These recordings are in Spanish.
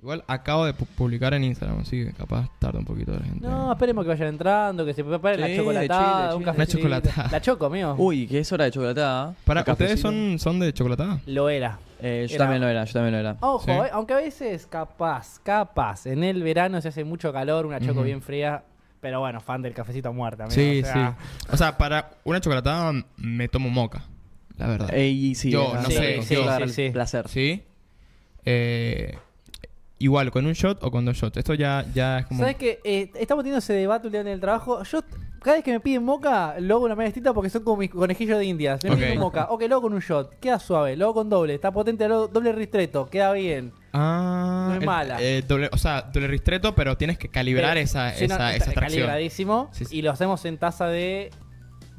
Igual acabo de pu- publicar en Instagram, así que capaz tarda un poquito la gente. No, esperemos que vayan entrando, que se preparen Sí, la chocolatada, chile, un chile. café. Una chocolatada. La choco, mío. Uy, que es hora de chocolatada. Para, El cafecito. ¿ustedes son, son de chocolatada? Lo era. Eh, yo Era- también lo era, yo también lo era. Ojo, Sí. eh, aunque a veces capaz, capaz, en el verano se hace mucho calor, una choco Ujú. bien fría, pero bueno, fan del cafecito muerta. amigo, Sí, o sea, sí. O sea, para una chocolatada mm, me tomo moca, la verdad. Eh, y sí, Yo, era- no sí, sé, sí, yo. claro, Sí, sí. el placer. ¿Sí? Eh, igual, ¿con un shot o con dos shots? Esto ya, ya es como... ¿Sabes que Estamos teniendo ese debate un día en el trabajo. Yo, t- cada vez que me piden moca, lo hago una media distinta porque son como mis conejillos de indias. Me Ok. piden moca, ok, lo hago con un shot, queda suave, lo hago con doble, está potente, lo hago doble ristreto, queda bien. Ah, No es el- mala. eh, doble- o sea, doble ristreto, pero tienes que calibrar Pero- esa, Eh, sí, no, esa, está esa extracción. Calibradísimo. Sí, sí. Y lo hacemos en taza de,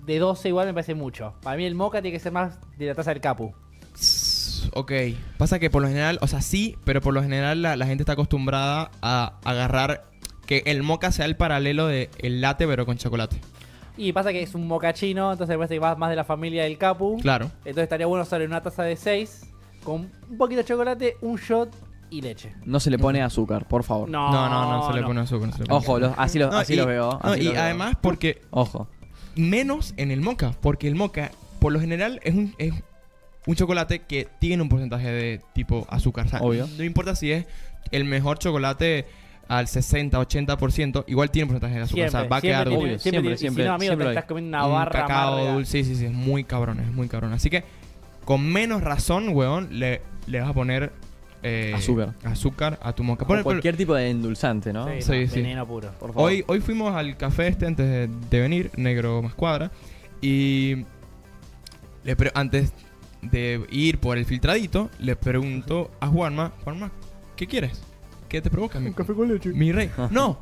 de 12, igual me parece mucho. Para mí el moca tiene que ser más de la taza del capu. Sss, Ok. Pasa que por lo general, o sea, sí, pero por lo general la, la gente está acostumbrada a agarrar que el moca sea el paralelo de el latte, pero con chocolate. Y pasa que es un mocachino, entonces me parece que va más de la familia del capu. Claro. Entonces estaría bueno usar una taza de 6 con un poquito de chocolate, un shot y leche. No se le pone azúcar, por favor. No, No, no, no, se le pone azúcar. se le pone Ojo, los- así, los, No, así y- los veo. no, así y los veo. además porque Ojo. menos en el moca, porque el moca por lo general es un, es un chocolate que tiene un porcentaje de tipo azúcar. O sea, Obvio. No importa si es el mejor chocolate al 60, 80%, igual tiene un porcentaje de azúcar. o sea, va a quedar tiene- dulce. obvio, siempre, tiene- y siempre, si no, amigo, te siempre lo hay. estás comiendo una Un barra cacao amarga. dulce, sí, sí, sí, es muy cabrón, es muy cabrón. Así que con menos razón, weón, le, le vas a poner eh, Azúcar. azúcar a tu moca. O Por- por- cualquier tipo de endulzante, ¿no? Sí, Sí, no, sí. veneno puro. Por favor. Hoy, hoy fuimos al café este antes de, de venir, Negro Más Cuadra, y le pre- antes de ir por el filtradito, le pregunto a Juanma, Juanma, ¿qué quieres? ¿Qué te provoca? Mi, con leche. mi rey. No,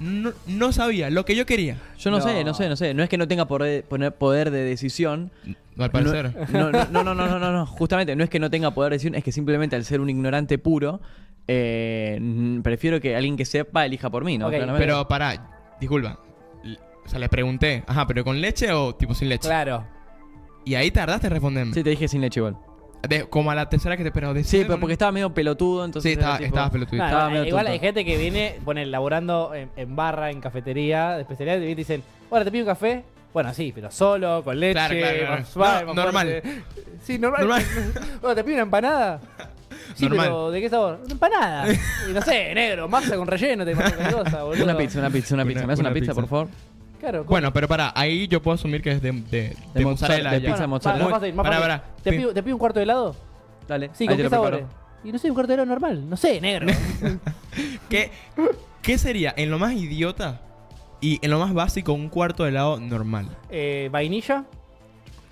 no, no sabía lo que yo quería, Yo no, No. sé, no sé, no sé. No es que no tenga poder, poner poder de decisión. al No- parecer. No, no, no, no, no, no, no, no. Justamente, no es que no tenga poder de decisión, es que simplemente al ser un ignorante puro, eh, mm, prefiero que alguien que sepa elija por mí, ¿no? Ok, Claramente. Pero pará, disculpa. L- O sea, le pregunté, ajá, pero con leche o tipo sin leche. Claro. Y ahí tardaste en responderme. Sí, te dije sin leche igual. De- como a la tercera que te esperaba. Sí, pero porque estaba medio pelotudo, entonces. Sí, era estaba, tipo- estabas pelotudo. Nada, Estaba igual- medio eh, igual tonto. hay gente que viene, pone laburando en, en barra, en cafetería, de especialidad, y te dicen, bueno, te pido un café. Bueno, sí, pero solo, con leche, Claro, claro, claro. más suave, No, más normal. fuerte. Sí, normal. Normal. bueno, te pido una empanada. Sí, Normal. pero ¿de qué sabor? Una empanada. Y no sé, negro, masa con relleno, te imagino cualquier cosa, boludo. Una pizza, una pizza, una Una- pizza. ¿Me das una, una pizza, pizza. por favor? Claro, con- Bueno, pero pará, ahí yo puedo asumir que es de, de, de mozzarella, mozzarella. de ya. Bueno, pizza va, mozzarella. Más fácil, más Pará, fácil. pará. ¿Te pido, ¿Te pido un cuarto de helado? Dale. Sí, ahí ¿con te qué lo sabores? preparo. Y no sé, un cuarto de helado normal. No sé, negro. ¿Qué, ¿Qué sería en lo más idiota y en lo más básico un cuarto de helado normal? eh, vainilla,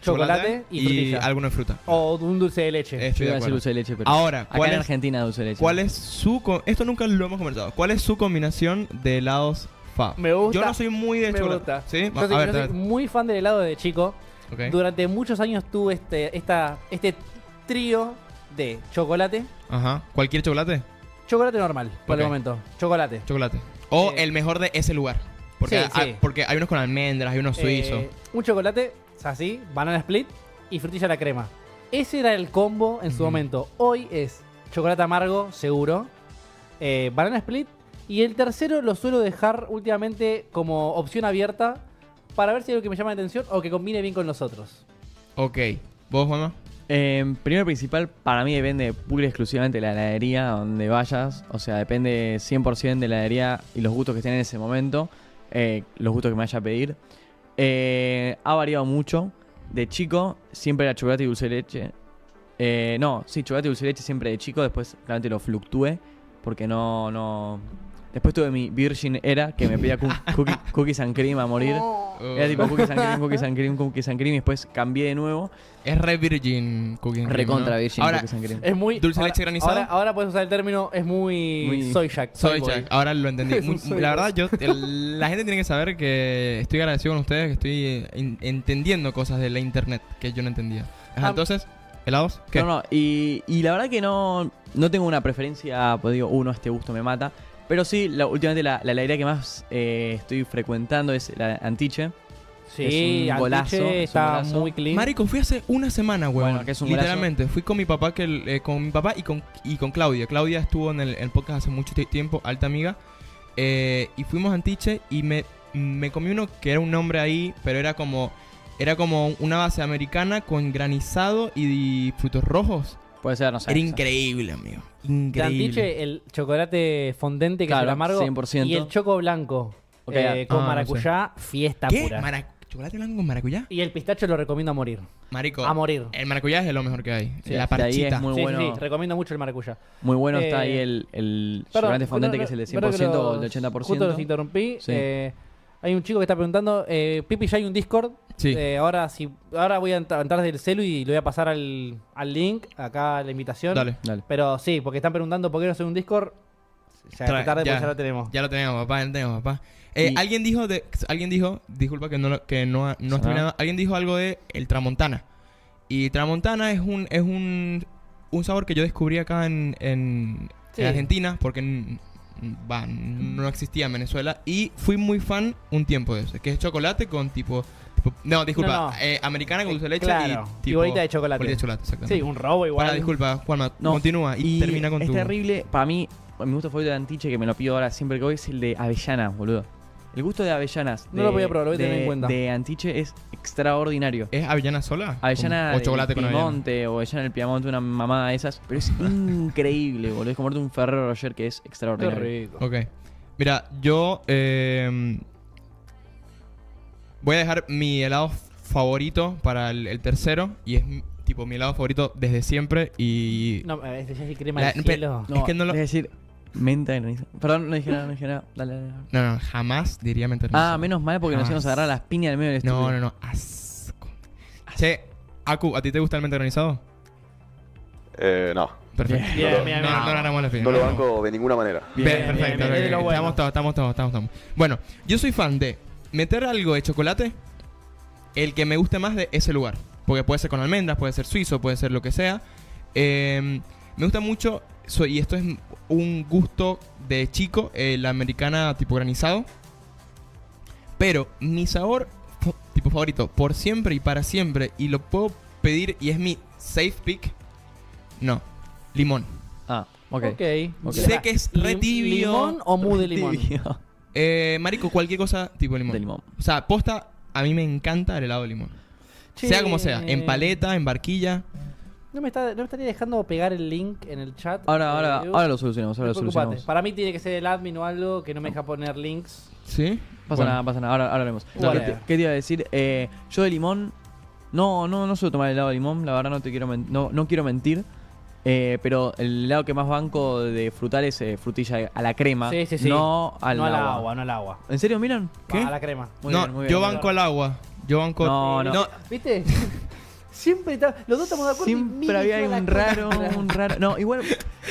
chocolate, y frutilla. alguna fruta. O un dulce de leche. Yo Estoy de iba a decir acuerdo. dulce de leche, pero. Ahora, Acá ¿cuál en es, Argentina dulce de leche. ¿Cuál es su... co- Esto nunca lo hemos conversado. ¿Cuál es su combinación de helados fab? Me gusta. Yo no soy muy de Me chocolate. gusta. ¿Sí? Yo soy, a yo ver, soy a ver. muy fan del helado de chico. Ok. Durante muchos años tuve este, esta, este trío de chocolate. Ajá. ¿Cualquier chocolate? Chocolate normal, por el Ok. momento. Chocolate. Chocolate. O Eh, el mejor de ese lugar. Porque, sí, hay, sí. porque hay unos con almendras, hay unos Eh, suizos. un chocolate, o sea, así, banana split y frutilla a la crema. Ese era el combo en su Ujú. momento. Hoy es chocolate amargo, seguro. eh, banana split. Y el tercero lo suelo dejar últimamente como opción abierta para ver si hay algo que me llama la atención o que combine bien con los otros. Ok. ¿Vos, Juanma? Eh, primero y principal, para mí depende pura y exclusivamente de la heladería donde vayas. O sea, depende 100% de la heladería y los gustos que estén en ese momento. eh, los gustos que me vaya a pedir. Eh, ha variado mucho. De chico, siempre era chocolate y dulce de leche. Eh, no, sí, chocolate y dulce de leche siempre de chico. Después, claramente lo fluctué. Porque no, no. Después tuve mi Virgin Era, que me pedía cu- cookie- cookies and cream a morir. Era Uh, tipo cookies and cream, cookies and cream, cookies and cream. Y después cambié de nuevo. Es re virgin cooking. cream, Recontra ¿no? Virgin Ahora, cookies and cream. Es muy. ¿Dulce de ahora- leche granizado? Ahora, ahora puedes usar el término, es muy. Muy- Soy Jack. soy boy. Jack. Ahora lo entendí. Es un Muy- soy la boy. verdad, yo el- la gente tiene que saber que estoy agradecido con ustedes, que estoy eh, en- entendiendo cosas de la internet que yo no entendía. Ajá, Ah, entonces, helados. ¿Qué? No, no, y, y la verdad que no, no tengo una preferencia, pues digo, uno, este gusto me mata. Pero sí, la, últimamente la, la heladería que más eh, estoy frecuentando es la Antiche. Sí, es un golazo. Antuche es un está golazo. muy clean. Marico, fui hace una semana, huevón. Bueno, que es un Literalmente, fui con mi papá que el- eh, con mi papá y con y con Claudia. Claudia estuvo en el, el podcast hace mucho ti- tiempo, alta amiga. Eh, y fuimos a Antiche y me, me comí uno que era un nombre ahí, pero era como era como una base americana con granizado y, frutos rojos. Puede ser, no sé. era o sea, increíble, amigo. De Increíble. Antiche, el chocolate fondente que es Claro, el amargo 100%. y el choco blanco Ok, eh, ah, con no maracuyá, fiesta ¿Qué? pura. Mara- ¿Chocolate blanco con maracuyá? y el pistacho lo recomiendo a morir. Marico. A morir. El maracuyá es lo mejor que hay. Sí, la de ahí es parchita. muy sí, sí, bueno. sí, recomiendo mucho el maracuyá. Muy bueno está Eh, ahí el, el Perdón, chocolate fondente, perdón, que es el de perdón 100% que o el de los- Justo los 80%. interrumpí. Sí. Eh, hay un chico que está preguntando, eh, Pipi, ya hay un Discord. Sí. Eh, ahora, si, ahora voy a entrar, entrar desde el celu y le voy a pasar al, al link, acá la invitación. Dale. Dale. Pero sí, porque están preguntando por qué no soy un Discord. Ya Tra- es tarde, ya. porque ya lo tenemos. Ya lo tenemos, papá, ya lo tenemos, papá. Eh, Y- Alguien dijo de. Alguien dijo, disculpa que no lo- que no, ha- no has Ajá. terminado. Alguien dijo algo de el Tramontana. Y Tramontana es un, es un, un sabor que yo descubrí acá en, en, Sí. en Argentina, porque n- n- va, n- no existía en Venezuela. Y fui muy fan un tiempo de eso, que es chocolate con tipo. tipo- no, disculpa, No, no. eh, americana con Eh, dulce de leche claro, y y tipo. bolita de chocolate. Bolita de chocolate, Sí, exactamente. un robo igual. Para, disculpa, Juanma, No, continúa y, termina con es tu. terrible. Para mí, mi gusto favorito de Antiche, que me lo pido ahora siempre que voy, es el de avellanas, boludo. El gusto de avellanas. No de- lo voy a probar, lo voy a de- tener en cuenta. De Antiche es extraordinario. ¿Es avellana sola? Avellana ¿O chocolate del con avellana? Piemonte o Avellana del Piemonte, una mamada de esas. Pero es increíble, boludo. Es comerte un Ferrero Rocher que es Qué extraordinario. rico. Ok. Mira, yo eh, voy a dejar mi helado favorito para el, el tercero. Y es mi- tipo mi helado favorito desde siempre. Y. No, este ya es crema La- del pe- cielo. Es que no lo- Es decir, menta de granizo. Perdón, no dije nada, no dije nada. Dale, dale, dale. No, no, jamás diría mentir. Ah, menos mal porque nos Jamás. íbamos a agarrar las piñas del medio del estudio. No, no, no. Asco. Che, Aku, ¿a ti te gusta el mente granizado? Eh, no. Perfecto. Bien, No, bien, no, bien. no ganamos la No final. lo banco de ninguna manera. Bien, Bien, perfecto. bien, bien, ok, es lo ok. bueno. Estamos todos, estamos todos, estamos todos. Bueno, yo soy fan de meter algo de chocolate, el que me guste más de ese lugar. Porque puede ser con almendras, puede ser suizo, puede ser lo que sea. Eh, me gusta mucho, so- y esto es un gusto de chico, eh, la americana tipo granizado. Pero mi sabor fa- tipo favorito, por siempre y para siempre, y lo puedo pedir y es mi safe pick, no, limón. Ah, ok. ok. Sé que es re Lim- tibio. ¿Limón o mu de limón? Tibio. Eh, marico, cualquier cosa tipo limón. De limón. O sea, posta, a mí me encanta el helado de limón. Che. Sea como sea, en paleta, en barquilla. No me, está, no me estaría dejando pegar el link en el chat. Ahora, ahora, eh, ahora lo solucionamos, ahora no lo te solucionamos. preocupate. Para mí tiene que ser el admin o algo que no me deja poner links. ¿Sí? Pasa Bueno, nada, pasa nada, ahora, ahora vemos. ¿Qué Dale. te, qué te iba a decir? Eh, yo de limón, no, no, no suelo tomar helado de limón, la verdad no te quiero men- no, no quiero mentir. Eh, pero el helado que más banco de frutal es eh, frutilla a la crema. Sí, sí, sí. No al no al agua. agua. no al agua. ¿En serio, miran? ¿Qué? A Ah, la crema. Muy no, bien, muy yo bien. banco al agua. Yo banco. No, no. ¿Viste? Siempre está- los dos estamos de acuerdo. y Siempre Mini había fue a la un raro, contra. un raro. No, igual,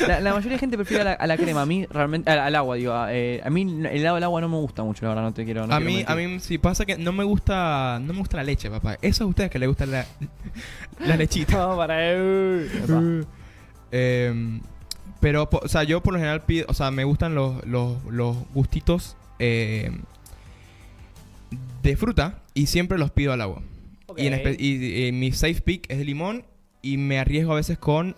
la, la mayoría de gente prefiere a la, a la crema. A mí, realmente, al, al agua, digo. A, eh, a mí, el helado del agua no me gusta mucho, la verdad, no te quiero. no a quiero mí, mentir. a mí sí pasa que no me gusta, no me gusta la leche, papá. Eso a ustedes que les gusta la, la lechita. No, para él. Mm. Eh, pero, po- o sea, yo por lo general pido, o sea, me gustan los, los, los gustitos eh, de fruta y siempre los pido al agua. Ok. Y, en espe- y- y mi safe pick es de limón y me arriesgo a veces con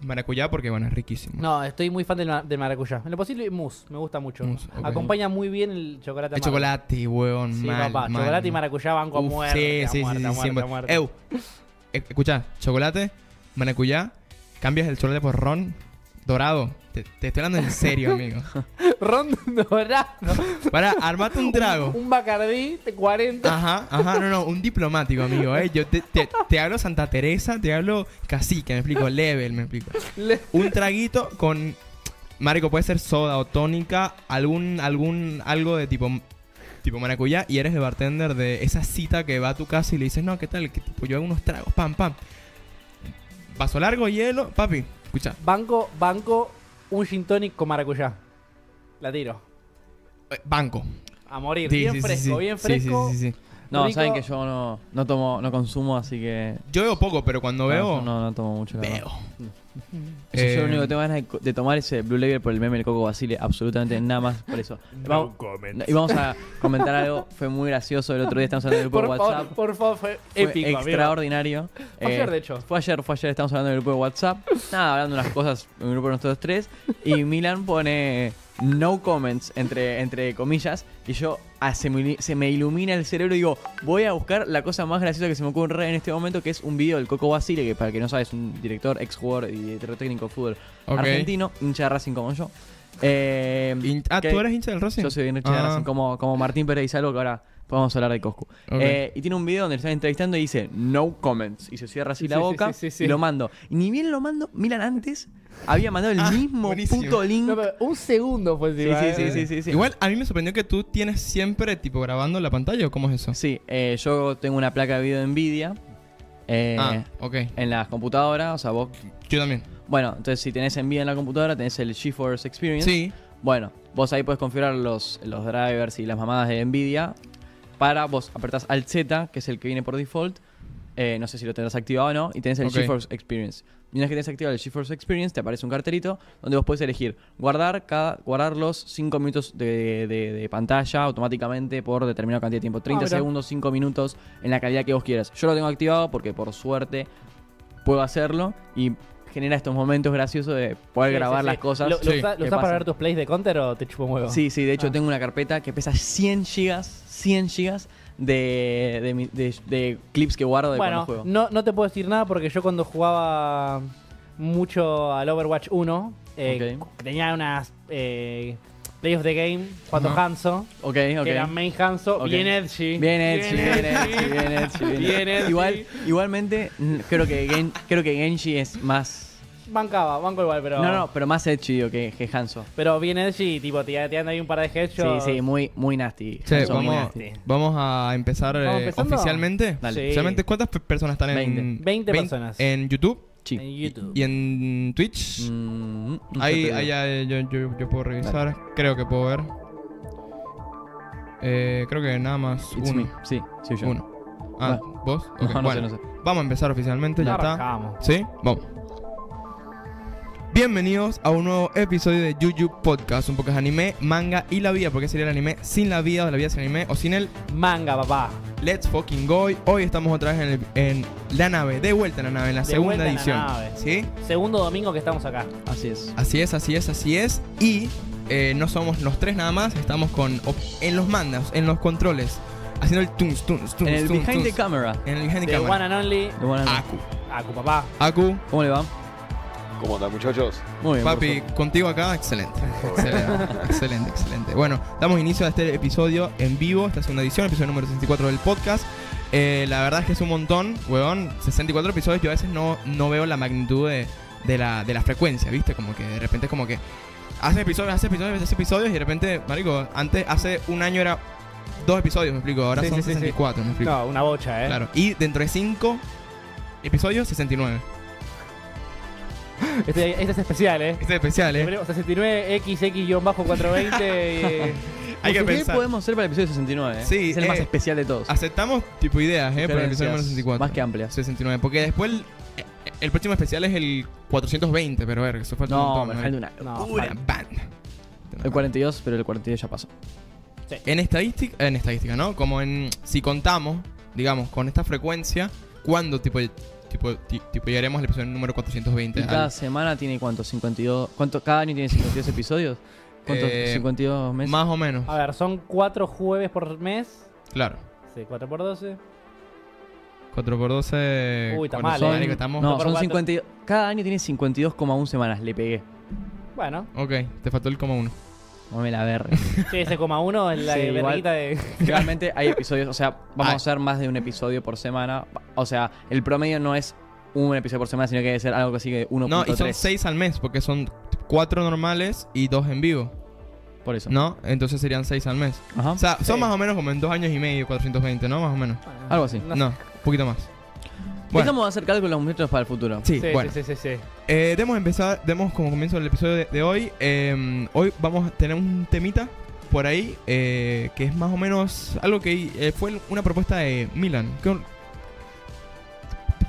maracuyá porque, bueno, es riquísimo. No, estoy muy fan del, ma- del maracuyá. En lo posible, mousse. Me gusta mucho. Mousse, ok. Acompaña muy bien el chocolate El amargo. chocolate, weón, Sí, mal, papá. mal, chocolate y mal. maracuyá van con Uf, muerte. sí, sí, a muerte, sí, a sí, muerte, siempre. a muerte. Ew. E- Escuchá, chocolate, maracuyá, cambias el chocolate por ron dorado. Te, te estoy hablando en serio, amigo. Ron dorado. Para, armate un trago. Un bacardí de 40. Ajá, ajá, no, no, un diplomático, amigo, ¿eh? Yo te, te- te hablo Santa Teresa, te hablo cacique, me explico, level, me explico. Le- Un traguito con, marico, puede ser soda o tónica, algún, algún, algo de tipo, tipo maracuyá, y eres el bartender de esa cita que va a tu casa y le dices, no, ¿qué tal? Que tipo, yo hago unos tragos, pam, pam. Vaso largo, hielo, papi, escucha. Banco, banco, un gin tonic con maracuyá. La tiro. eh, Banco. A morir. Sí, bien sí, sí, fresco, sí. bien Sí, sí, fresco. sí, sí. No, Rico. saben que yo no, no tomo, no consumo, así que. Yo veo poco, pero cuando no, veo, yo No, no tomo mucho. la verdad. veo. O sea, yo lo Eh, único que tengo ganas de, co- de tomar es el Blue Label por el meme del Coco Basile, absolutamente nada más por eso. Vamos- y vamos a comentar algo, fue muy gracioso el otro día, estamos hablando del grupo Por de favor, WhatsApp. por favor, fue Fue eh, épico. amigo. extraordinario. Fue ayer, de hecho. Fue ayer, fue ayer, estamos hablando del grupo de WhatsApp. Nada, hablando de unas cosas en el grupo de nosotros tres. Y Milan pone no comments entre, entre comillas. Y yo ah, se me, ili- se me ilumina el cerebro y digo, voy a buscar la cosa más graciosa que se me ocurre en este momento, que es un video del Coco Basile, que para el que no sabe es un director, ex jugador y director técnico de fútbol Ok. argentino, hincha de Racing como yo. Eh, Hin- ah, que- ¿tú eres hincha del Racing? yo soy hincha de Ah, Racing, como, como Martín Pérez y Salvo, que ahora podemos hablar de Coscu. Ok. Eh, y tiene un video donde le están entrevistando y dice no comments. Y se cierra así Sí, la sí, boca sí, sí, sí. y lo mando. Y ni bien lo mando, Milan antes había mandado el Ah, mismo buenísimo. puto link. No, pero un segundo fue sí, encima, sí, ¿eh? sí, sí, sí, sí. Igual a mí me sorprendió que tú tienes siempre tipo grabando la pantalla o cómo es eso. Sí, eh, yo tengo una placa de video de Nvidia eh, Ah, ok. en las computadoras. O sea, vos. Yo también. Bueno, entonces si tenés Nvidia en la computadora, tenés el GeForce Experience. Sí. Bueno, vos ahí podés configurar los, los drivers y las mamadas de Nvidia. Para vos apretás al Z, que es el que viene por default. eh, no sé si lo tendrás activado o no. Y tenés el Ok. GeForce Experience. Y una vez que tenés activado el GeForce Experience, te aparece un carterito donde vos podés elegir guardar, cada, guardar los 5 minutos de, de- de pantalla automáticamente por determinada cantidad de tiempo. 30 Ah, mira. segundos, 5 minutos, en la calidad que vos quieras. Yo lo tengo activado porque por suerte puedo hacerlo y genera estos momentos graciosos de poder Sí, grabar sí, sí. las cosas. ¿Lo, lo Sí. usa- lo que usás pasan. para ver tus plays de Counter o te chupo un huevo? Sí, sí, de hecho Ah. tengo una carpeta que pesa 100 gigas, 100 gigas de, de, mi- de- de clips que guardo de Bueno, cuando juego. no, no te puedo decir nada porque yo cuando jugaba mucho al Overwatch 1, eh, Ok. tenía unas eh, Play of the Game cuando Ajá. Hanso, Ok, que era ok. main Hanso, Ok. bien edgy. Bien Edgy, bien Edgy, bien Edgy, bien Bien Edgy. Edgy. Igual, igualmente, mm, creo que, Gen- creo que Genji es más... Bancaba, banco igual, pero... No, no, pero más Edgy digo, que, que Hanzo. Pero bien edgy, tipo, te, te anda ahí un par de Sí, headshots. sí, muy, muy nasty. Che, Hanzo, muy vamos, nasty. vamos a empezar ¿Vamos eh, empezando? oficialmente. Dale. Sí. Oficialmente, ¿cuántas pe- personas están en 20. 20 vein- personas. En YouTube Sí. En YouTube. y en Twitch. Mm, mm, ahí yo te ahí digo. hay- yo, yo- yo puedo revisar. Creo que puedo ver. Eh, creo que nada más It's me. uno. Sí, sí, yo. Uno. Ah, ¿vos? Ok, No, no sé, bueno, no sé. vamos a empezar oficialmente, ya está. Arrancamos. ¿Sí? Vamos. Bienvenidos a un nuevo episodio de Juju Podcast, un podcast de anime, manga y la vida, porque sería el anime sin la vida, o la vida sin anime, o sin el Manga, papá. Let's Fucking Go. Hoy estamos otra vez en, el- en la nave, de vuelta en la nave, en la De segunda vuelta en la edición. nave. ¿Sí? Segundo domingo que estamos acá. Así es. Así es, así es, así es. Y eh, no somos los tres nada más, estamos con op- en los mandas, en los controles, haciendo el tunes, tunes, tunes, En el tunes, behind the tunes. camera. En el behind the The one camera. and only, Lo bueno, Aku. Aku, papá. Aku, ¿Cómo le va? ¿Cómo andan, muchachos? Muy bien. por Papi, favor. contigo acá, excelente. Excelente, excelente, excelente. Bueno, damos inicio a este episodio en vivo, esta segunda edición, episodio número 64 del podcast. Eh, la verdad es que es un montón, weón. 64 episodios, yo a veces no, no veo la magnitud de, de la, de la frecuencia, ¿viste? Como que de repente es como que hace episodios, hace episodios, hace episodios y de repente, marico, antes, hace un año era dos episodios, me explico. Ahora Sí, son sí, sí, sí. 64, me explico. No, una bocha, eh. Claro. Y dentro de cinco episodios, 69. Este, este es especial, eh. Este es especial, ¿eh? O sea, 69XX-420. eh, Hay que Como si querés, pensar. podemos hacer para el episodio 69? ¿eh? Sí, Es el más eh, especial de todos. Aceptamos tipo ideas, ¿eh? Para el episodio número Sugerencias 64. Más que amplias. 69. Porque después el, el próximo especial es el 420, pero a ver, eso falta un No, montón. eh. me ¿no? Ah, falta una. no, Una banda. El 42, pero el 42 ya pasó. En estadística, en estadística, ¿no? Como en si contamos, digamos, con esta frecuencia, ¿cuándo tipo, tipo, ti- tipo llegaremos al episodio número 420? Y cada Al- semana tiene cuántos? 52. ¿Cuánto? ¿Cada año tiene 52 episodios? ¿Cuántos? Eh, 52 meses. más o menos, A ver, son 4 jueves por mes. claro. Sí, 4 por 12. 4 por 12 Uy, está cuando mal, son- eh. marico, estamos no, por son cuatro. 52. Cada año tiene 52,1 semanas. Le pegué. Bueno, Ok, te faltó el coma 1. Mame la verga. sí, ese coma uno es la Sí, igual. verguita de. Realmente hay episodios. O sea, vamos Ay. a hacer más de un episodio por semana. O sea, el promedio no es un episodio por semana, sino que debe ser algo así que 1.3. No, y son 6 al mes, porque son 4 normales y 2 en vivo, Por eso. ¿no? Entonces serían 6 al mes. Ajá. O sea, son Ah, Sí. más o menos como en dos años y medio, 420, ¿no? Más o menos. Algo así. No sé. No, un poquito más. Bueno, Dejamos de hacer cálculos muchachos para el futuro. sí, Sí, sí, bueno. sí, sí, sí. Eh, Em, demos empezar, demos como comienzo el episodio de, de hoy. Eh, hoy vamos a tener un temita por ahí eh, que es más o menos algo que eh, fue una propuesta de Milan. ¿Qué-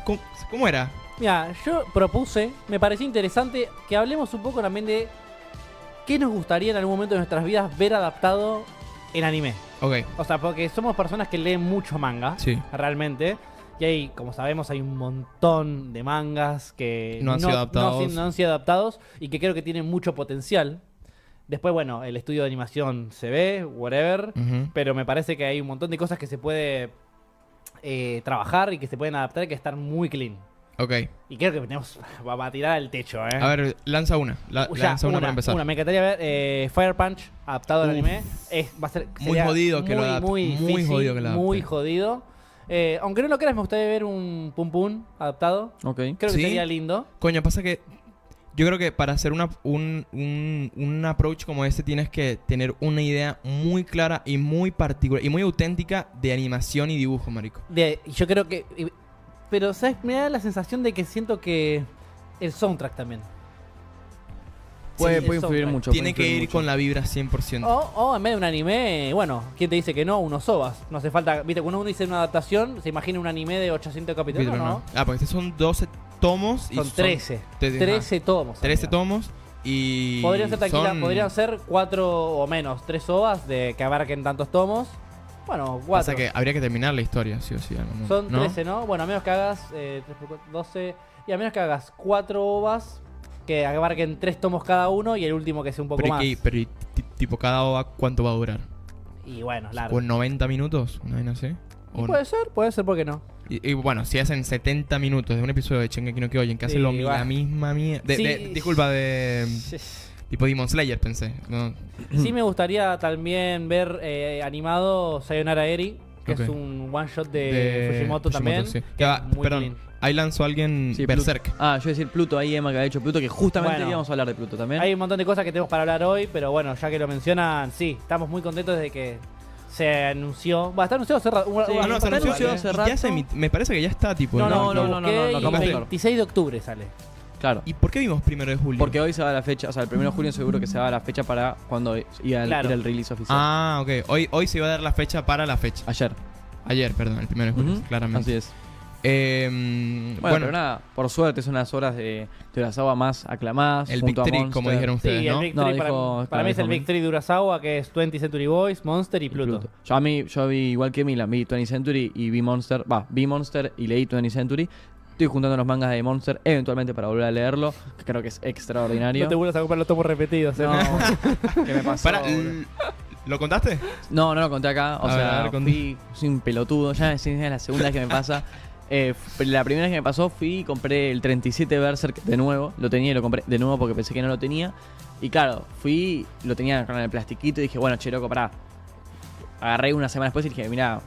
¿Cómo, cómo era? Mira, yo propuse, me pareció interesante que hablemos un poco también de qué nos gustaría en algún momento de nuestras vidas ver adaptado en anime. Ok, O sea, porque somos personas que leen mucho manga, sí. realmente. Y ahí, como sabemos, hay un montón de mangas que No han sido adaptados. si- no han sido adaptados y que creo que tienen mucho potencial. Después, bueno, el estudio de animación se ve, whatever. Ujú. Pero me parece que hay un montón de cosas que se puede eh, trabajar y que se pueden adaptar y que están muy clean. Ok, Y creo que tenemos va a tirar al techo, ¿eh? a ver, lanza una. Ah, La- Ya, lanza una, para empezar. una. Me encantaría ver eh, Fire Punch adaptado al Uf. anime. Es, va a ser, Muy sería jodido que lo muy, adapten, Muy, muy difícil, jodido que lo Muy adapten. jodido. Eh, aunque no lo creas, me gustaría ver un Pum Pum adaptado. Ok. Creo ¿Sí? que sería lindo. Coño, pasa que yo creo que para hacer una, un, un, un approach como este tienes que tener una idea muy clara y muy particular y muy auténtica de animación y dibujo, marico. De, yo creo que. y- Pero, ¿sabes? Me da la sensación de que siento que. El soundtrack también. Puede, Sí, puede el influir soundtrack. mucho. Tiene puede que ir influir mucho. con la vibra 100%. O, o en vez de un anime, bueno, ¿quién te dice que no? Unos ovas. No hace falta. Viste, cuando uno dice una adaptación, se imagina un anime de 800 capítulos. Pero no, no. no. Ah, porque estos son 12 tomos y Son 13. te- ajá. 13 tomos. 13 amigo. tomos y Podrían ser tranquilas, son- podrían ser 4 o menos, 3 ovas de que abarquen tantos tomos. Bueno, 4. Pasa que habría que terminar la historia, sí o sí. ¿no? Son ¿No? 13, ¿no? Bueno, a menos que hagas eh, 3 por 4, 12. Y a menos que hagas 4 ovas que abarquen 3 tomos cada uno y el último que sea un poco Pero, más. y que- pero y ti- tipo cada OVA, ¿cuánto va a durar? Y bueno, largo. ¿O 90 minutos? ¿Una vez así? Y ¿O no? puede ser, puede ser, ¿por qué no? Y, y bueno, si hacen 70 minutos de un episodio de Shingeki no Kyojin que hacen lo, Sí, mi- va. la misma mierda. Sí. disculpa, de. Tipo Demon Slayer, pensé. No, Sí me gustaría también ver eh, animado Sayonara Eri, que es Ok. un one shot de, de Fujimoto, también. sí. que Ya es va, muy perdón, clean. ahí lanzó alguien Sí, Pluto. Berserk. Ah, yo iba a decir Pluto, ahí Emma que había hecho Pluto, que justamente Bueno. íbamos a hablar de Pluto también. Hay un montón de cosas que tenemos para hablar hoy, pero bueno, ya que lo mencionan, sí, estamos muy contentos de que se anunció. Va, está anunciado hace rato. Sí, Ah, no, se está anunció, anunciado y- hace y ya rato. se emit- Me parece que ya está, tipo. No, en la- no, no, no, no, no, no, no, no, no, El no. 26 de octubre sale. Claro. ¿Y por qué vimos primero de julio? Porque hoy se va la fecha, o sea, el 1 de julio seguro que se va la fecha para cuando iba el, Claro. era el release oficial. Ah, ok. Hoy, hoy se iba a dar la fecha para la fecha. Ayer. Ayer, perdón, el primero de julio, Ujú. claramente. Así es. Eh, mm, Bueno, bueno, pero nada, por suerte son las horas de Turasawa más aclamadas. el Big junto a Three, Monster. como dijeron ustedes, Sí, el ¿no? Big No, Three para, dijo- para claro, mí es dijo el Big Mil. Three de Urasawa, que es 20 Century Boys, Monster y Y Pluto. Pluto. Yo a mí, yo vi igual que Milan, vi 20 Century y vi Monster, va, vi Monster y leí 20 Century. Estoy juntando los mangas de Monster eventualmente para volver a leerlo, que creo que es extraordinario. No te vuelvas a comprar los tomos repetidos. eh. No, ¿qué me pasó? Para, boludo? l- ¿Lo contaste? No, no lo conté acá. A O ver, sea, a ver, contá. fui, soy un pelotudo. Ya es es la segunda vez que me pasa. Eh, f- la primera vez que me pasó fui y compré el 37 Berserk de nuevo. Lo tenía y lo compré de nuevo porque pensé que no lo tenía. Y claro, fui, lo tenía con el plastiquito y dije, bueno, che, loco, pará. Agarré una semana después y dije, mira,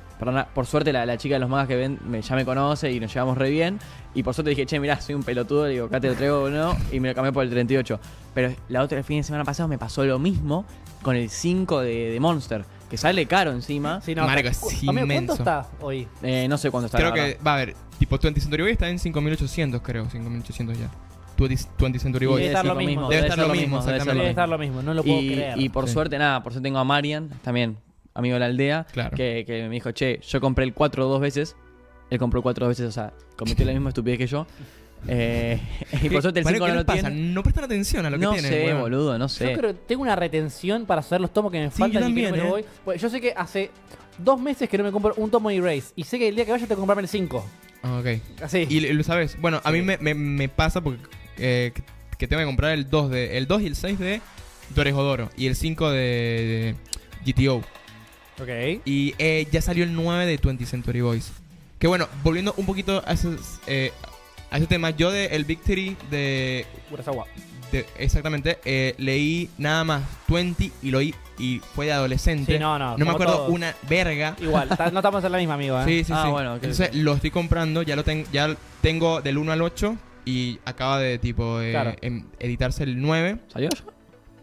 por suerte la, la chica de los magas que ven me, ya me conoce y nos llevamos re bien. Y por suerte dije, che, mirá, soy un pelotudo, le digo, acá te lo traigo o no. Y me lo cambié por el 38. Pero la otra, el fin de semana pasado, me pasó lo mismo con el 5 de, de Monster, que sale caro encima. Sí, no, Marico, está- es Amigo, ¿cuánto inmenso. está hoy? Eh, no sé cuándo está. creo la que, verdad. va a ver, tipo 20 Century Boy está en 5800, creo, 5800 ya. 20, 20 Century Debe Boy. estar lo lo mismo. mismo, Debe estar lo mismo, debe ser exactamente. Debe Debe estar lo mismo, no lo puedo y, creer. y por Sí. suerte, nada, por suerte tengo a Marian, también amigo de la aldea, Claro. que, que me dijo, che, yo compré el 4 dos veces. Él compró el 4 dos veces, o sea, cometió la misma estupidez que yo. Eh, y por suerte el Marico, 5 ¿qué no lo les pasa? tiene. No prestan atención a lo No que tienen. sé, weón. boludo, no sé. Yo creo que tengo una retención para saber los tomos que me Sí, faltan yo y que también, no me eh. voy. Pues yo sé que hace dos meses que no me compro un tomo de Erase. Y sé que el día que vaya tengo que comprarme el 5. Ah, ok. Así. Y lo- lo sabes. Bueno, a mí me, me- me pasa porque eh, que- que tengo que comprar el 2 de el 2 y el 6 de Dorejodoro y el 5 de, de GTO. Ok. Y eh, ya salió el 9 de 20 Century Boys. Que bueno, volviendo un poquito a ese, eh, a ese tema, yo de El Victory de, Urasawa. de- exactamente eh, leí nada más 20 y lo oí y fue de adolescente. Sí, no, no, me como acuerdo todos. una verga. Igual, ta- no estamos en la misma, amigo. ¿eh? Sí, sí, Ah, sí. bueno, ok, Entonces ok. lo estoy comprando, ya lo tengo, ya tengo del 1 al 8 y acaba de tipo eh, Claro. em- editarse el 9. ¿Salió ya?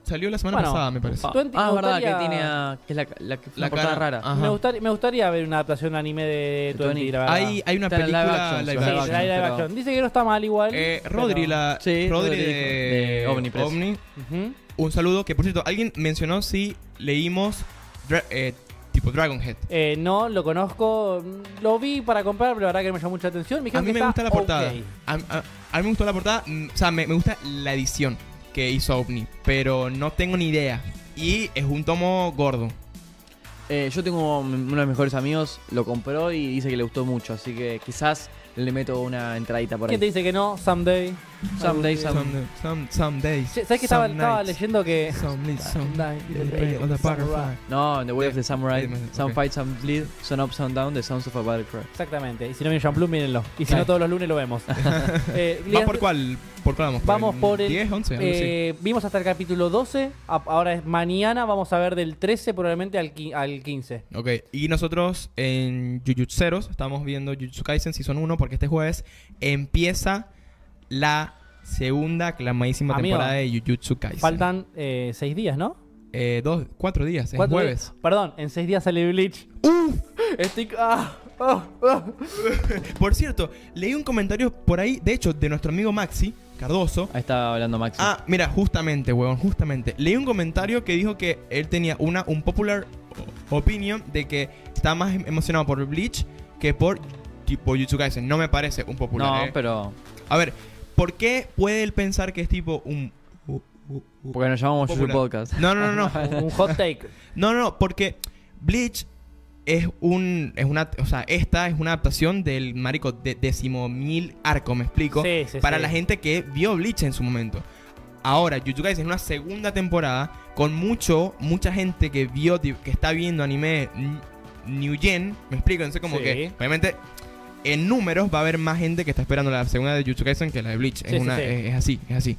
salió la semana Bueno, pasada, me parece. Ah, Ah, Twenty- me ah, verdad, gustaría- que tiene a- que es la, la que fue La una portada cara- rara. ah, Me, Ajá. gustaría, me gustaría ver una adaptación anime de De Twenty, Twenty. la verdad. Hay, hay una Está en película live action, live sí, Sí, action. live pero- action. Dice que no está mal igual. Eh, Rodri, pero- la, Sí, Rodri Rodri, de, de Omniplex. Omni. Ujú. Un saludo, que por cierto, alguien mencionó si leímos Dra- eh, tipo Dragon Head. Eh, no, lo conozco. mm, Lo vi para comprar, pero la verdad que no me llamó mucha atención. Me A dijeron mí me que está gusta la portada. ok. A, a- a mí me gustó la portada. mm, O sea, me, me gusta la edición que hizo Omni. Pero no tengo ni idea. Y es un tomo gordo. Eh, yo tengo un- uno de mis mejores amigos, lo compró y dice que le gustó mucho, así que quizás le meto una entradita por ahí. ¿Quién te dice que no? Someday. Someday, Algún día. someday. Some, some- some days. Che, ¿Sabes que estaba, some estaba nights, leyendo que. Some nights, some Night, the the pain of the samurai. butterfly. No, The Way of the Samurai, Sí, me- Some ok. Fight, Some Bleed, Some Up, Some Down, The Sounds of a Battle Cry. Exactamente. Y si no viene Jean Blum, mírenlo. Y si Claro. no, todos los lunes lo vemos. Eh, ¿Va Lian- por cuál? ¿Por cuál vamos? Vamos por el, 10, 11, algo así. eh, Vimos hasta el capítulo 12. a- Ahora es mañana. Vamos a ver del 13 probablemente al, qui- al 15. Ok, y nosotros en Jujutseros estamos viendo Jujutsu Kaisen Season 1 porque este jueves empieza la segunda aclamadísima Amigo, temporada de Jujutsu Kaisen. Ah, Faltan 6 días, ¿no? Eh, dos, cuatro días, es Cuatro jueves. días. Perdón, en 6 días sale Bleach. Estoy. ah, ah, ah. Por cierto, leí un comentario por ahí, de hecho, de nuestro amigo Maxi Cardoso. Ahí estaba hablando Maxi. Ah, mira, justamente, huevón, justamente. Leí un comentario que dijo que él tenía una un popular o- opinion de que está más em- emocionado por Bleach que por tipo Jujutsu Kaisen. No me parece un popular. no, eh. pero. A ver, ¿por qué puede él pensar que es tipo un... Porque nos llamamos Yuyu popular? Podcast. No, no, no, no. Un hot take. No, no, no, porque Bleach es un... Es una, o sea, esta es una adaptación del marico de décimo mil arco, me explico. Sí, sí, para sí. la gente que vio Bleach en su momento. Ahora, Jujutsu Kaisen es una segunda temporada con mucho, mucha gente que vio, ti- que está viendo anime n- New Gen, me explico, entonces como Sí. que, obviamente, en números va a haber más gente que está esperando la segunda de Jujutsu Kaisen que la de Bleach, Sí, es, sí, una- sí. es- es así, es así.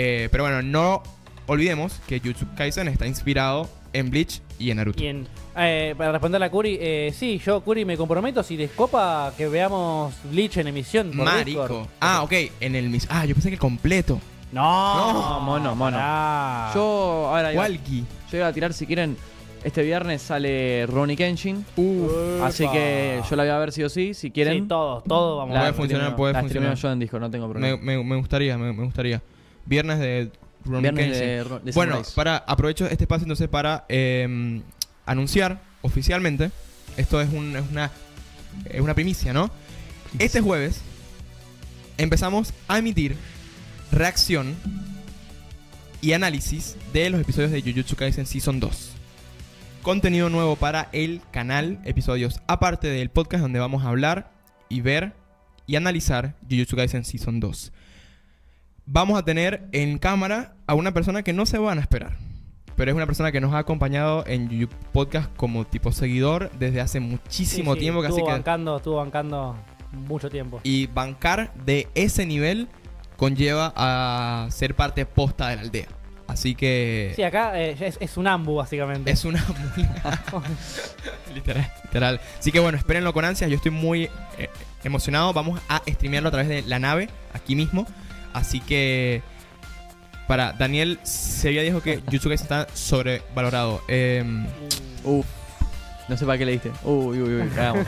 Eh, pero bueno, no olvidemos que Jujutsu Kaisen está inspirado en Bleach y en Naruto. Y en- eh, para responder a Curi, eh, sí, yo, Curi, me comprometo si les copa que veamos Bleach en emisión. por Discord. Marico. Ah, ok, en el mis... Ah, yo pensé que el completo. No, No, mono, mono. Ah. pará. Yo ahora iba, yo Walkie. iba a tirar si quieren. Este viernes sale Ronnie Kenshin. Ufa. Así que yo la voy a ver sí o sí, si quieren. Sí, todos, todos vamos La- Puede a ver. funcionar, streameo- puede la streameo funcionar. yo en disco, no tengo Me, problema. me- me gustaría, me, me gustaría. Viernes de Rurouni Viernes Kenshin. de, Ro- de Bueno, Sunrise. para, aprovecho este espacio entonces para eh, anunciar oficialmente. Esto es, un- es una, es una primicia, ¿no? Este jueves empezamos a emitir reacción y análisis de los episodios de Jujutsu Kaisen Season 2. Contenido nuevo para el canal, episodios aparte del podcast donde vamos a hablar y ver y analizar Jujutsu Kaisen Season 2. Vamos a tener en cámara a una persona que no se van a esperar. Pero es una persona que nos ha acompañado en Yuyu Podcast como tipo seguidor desde hace muchísimo Sí, sí, tiempo. que así estuvo que bancando, estuvo bancando mucho tiempo. y bancar de ese nivel conlleva a ser parte posta de la aldea. Así que Sí, acá eh, es, es un ambu, básicamente. es una mula. literal, literal. Así que bueno, espérenlo con ansias. Yo estoy muy eh, emocionado. Vamos a streamearlo a través de la nave, aquí mismo. Así que para Daniel Sevilla dijo que Jutsu Kaisen está sobrevalorado. Em, Uf. No sé para qué le diste. Uy, uy, uy, cagamos.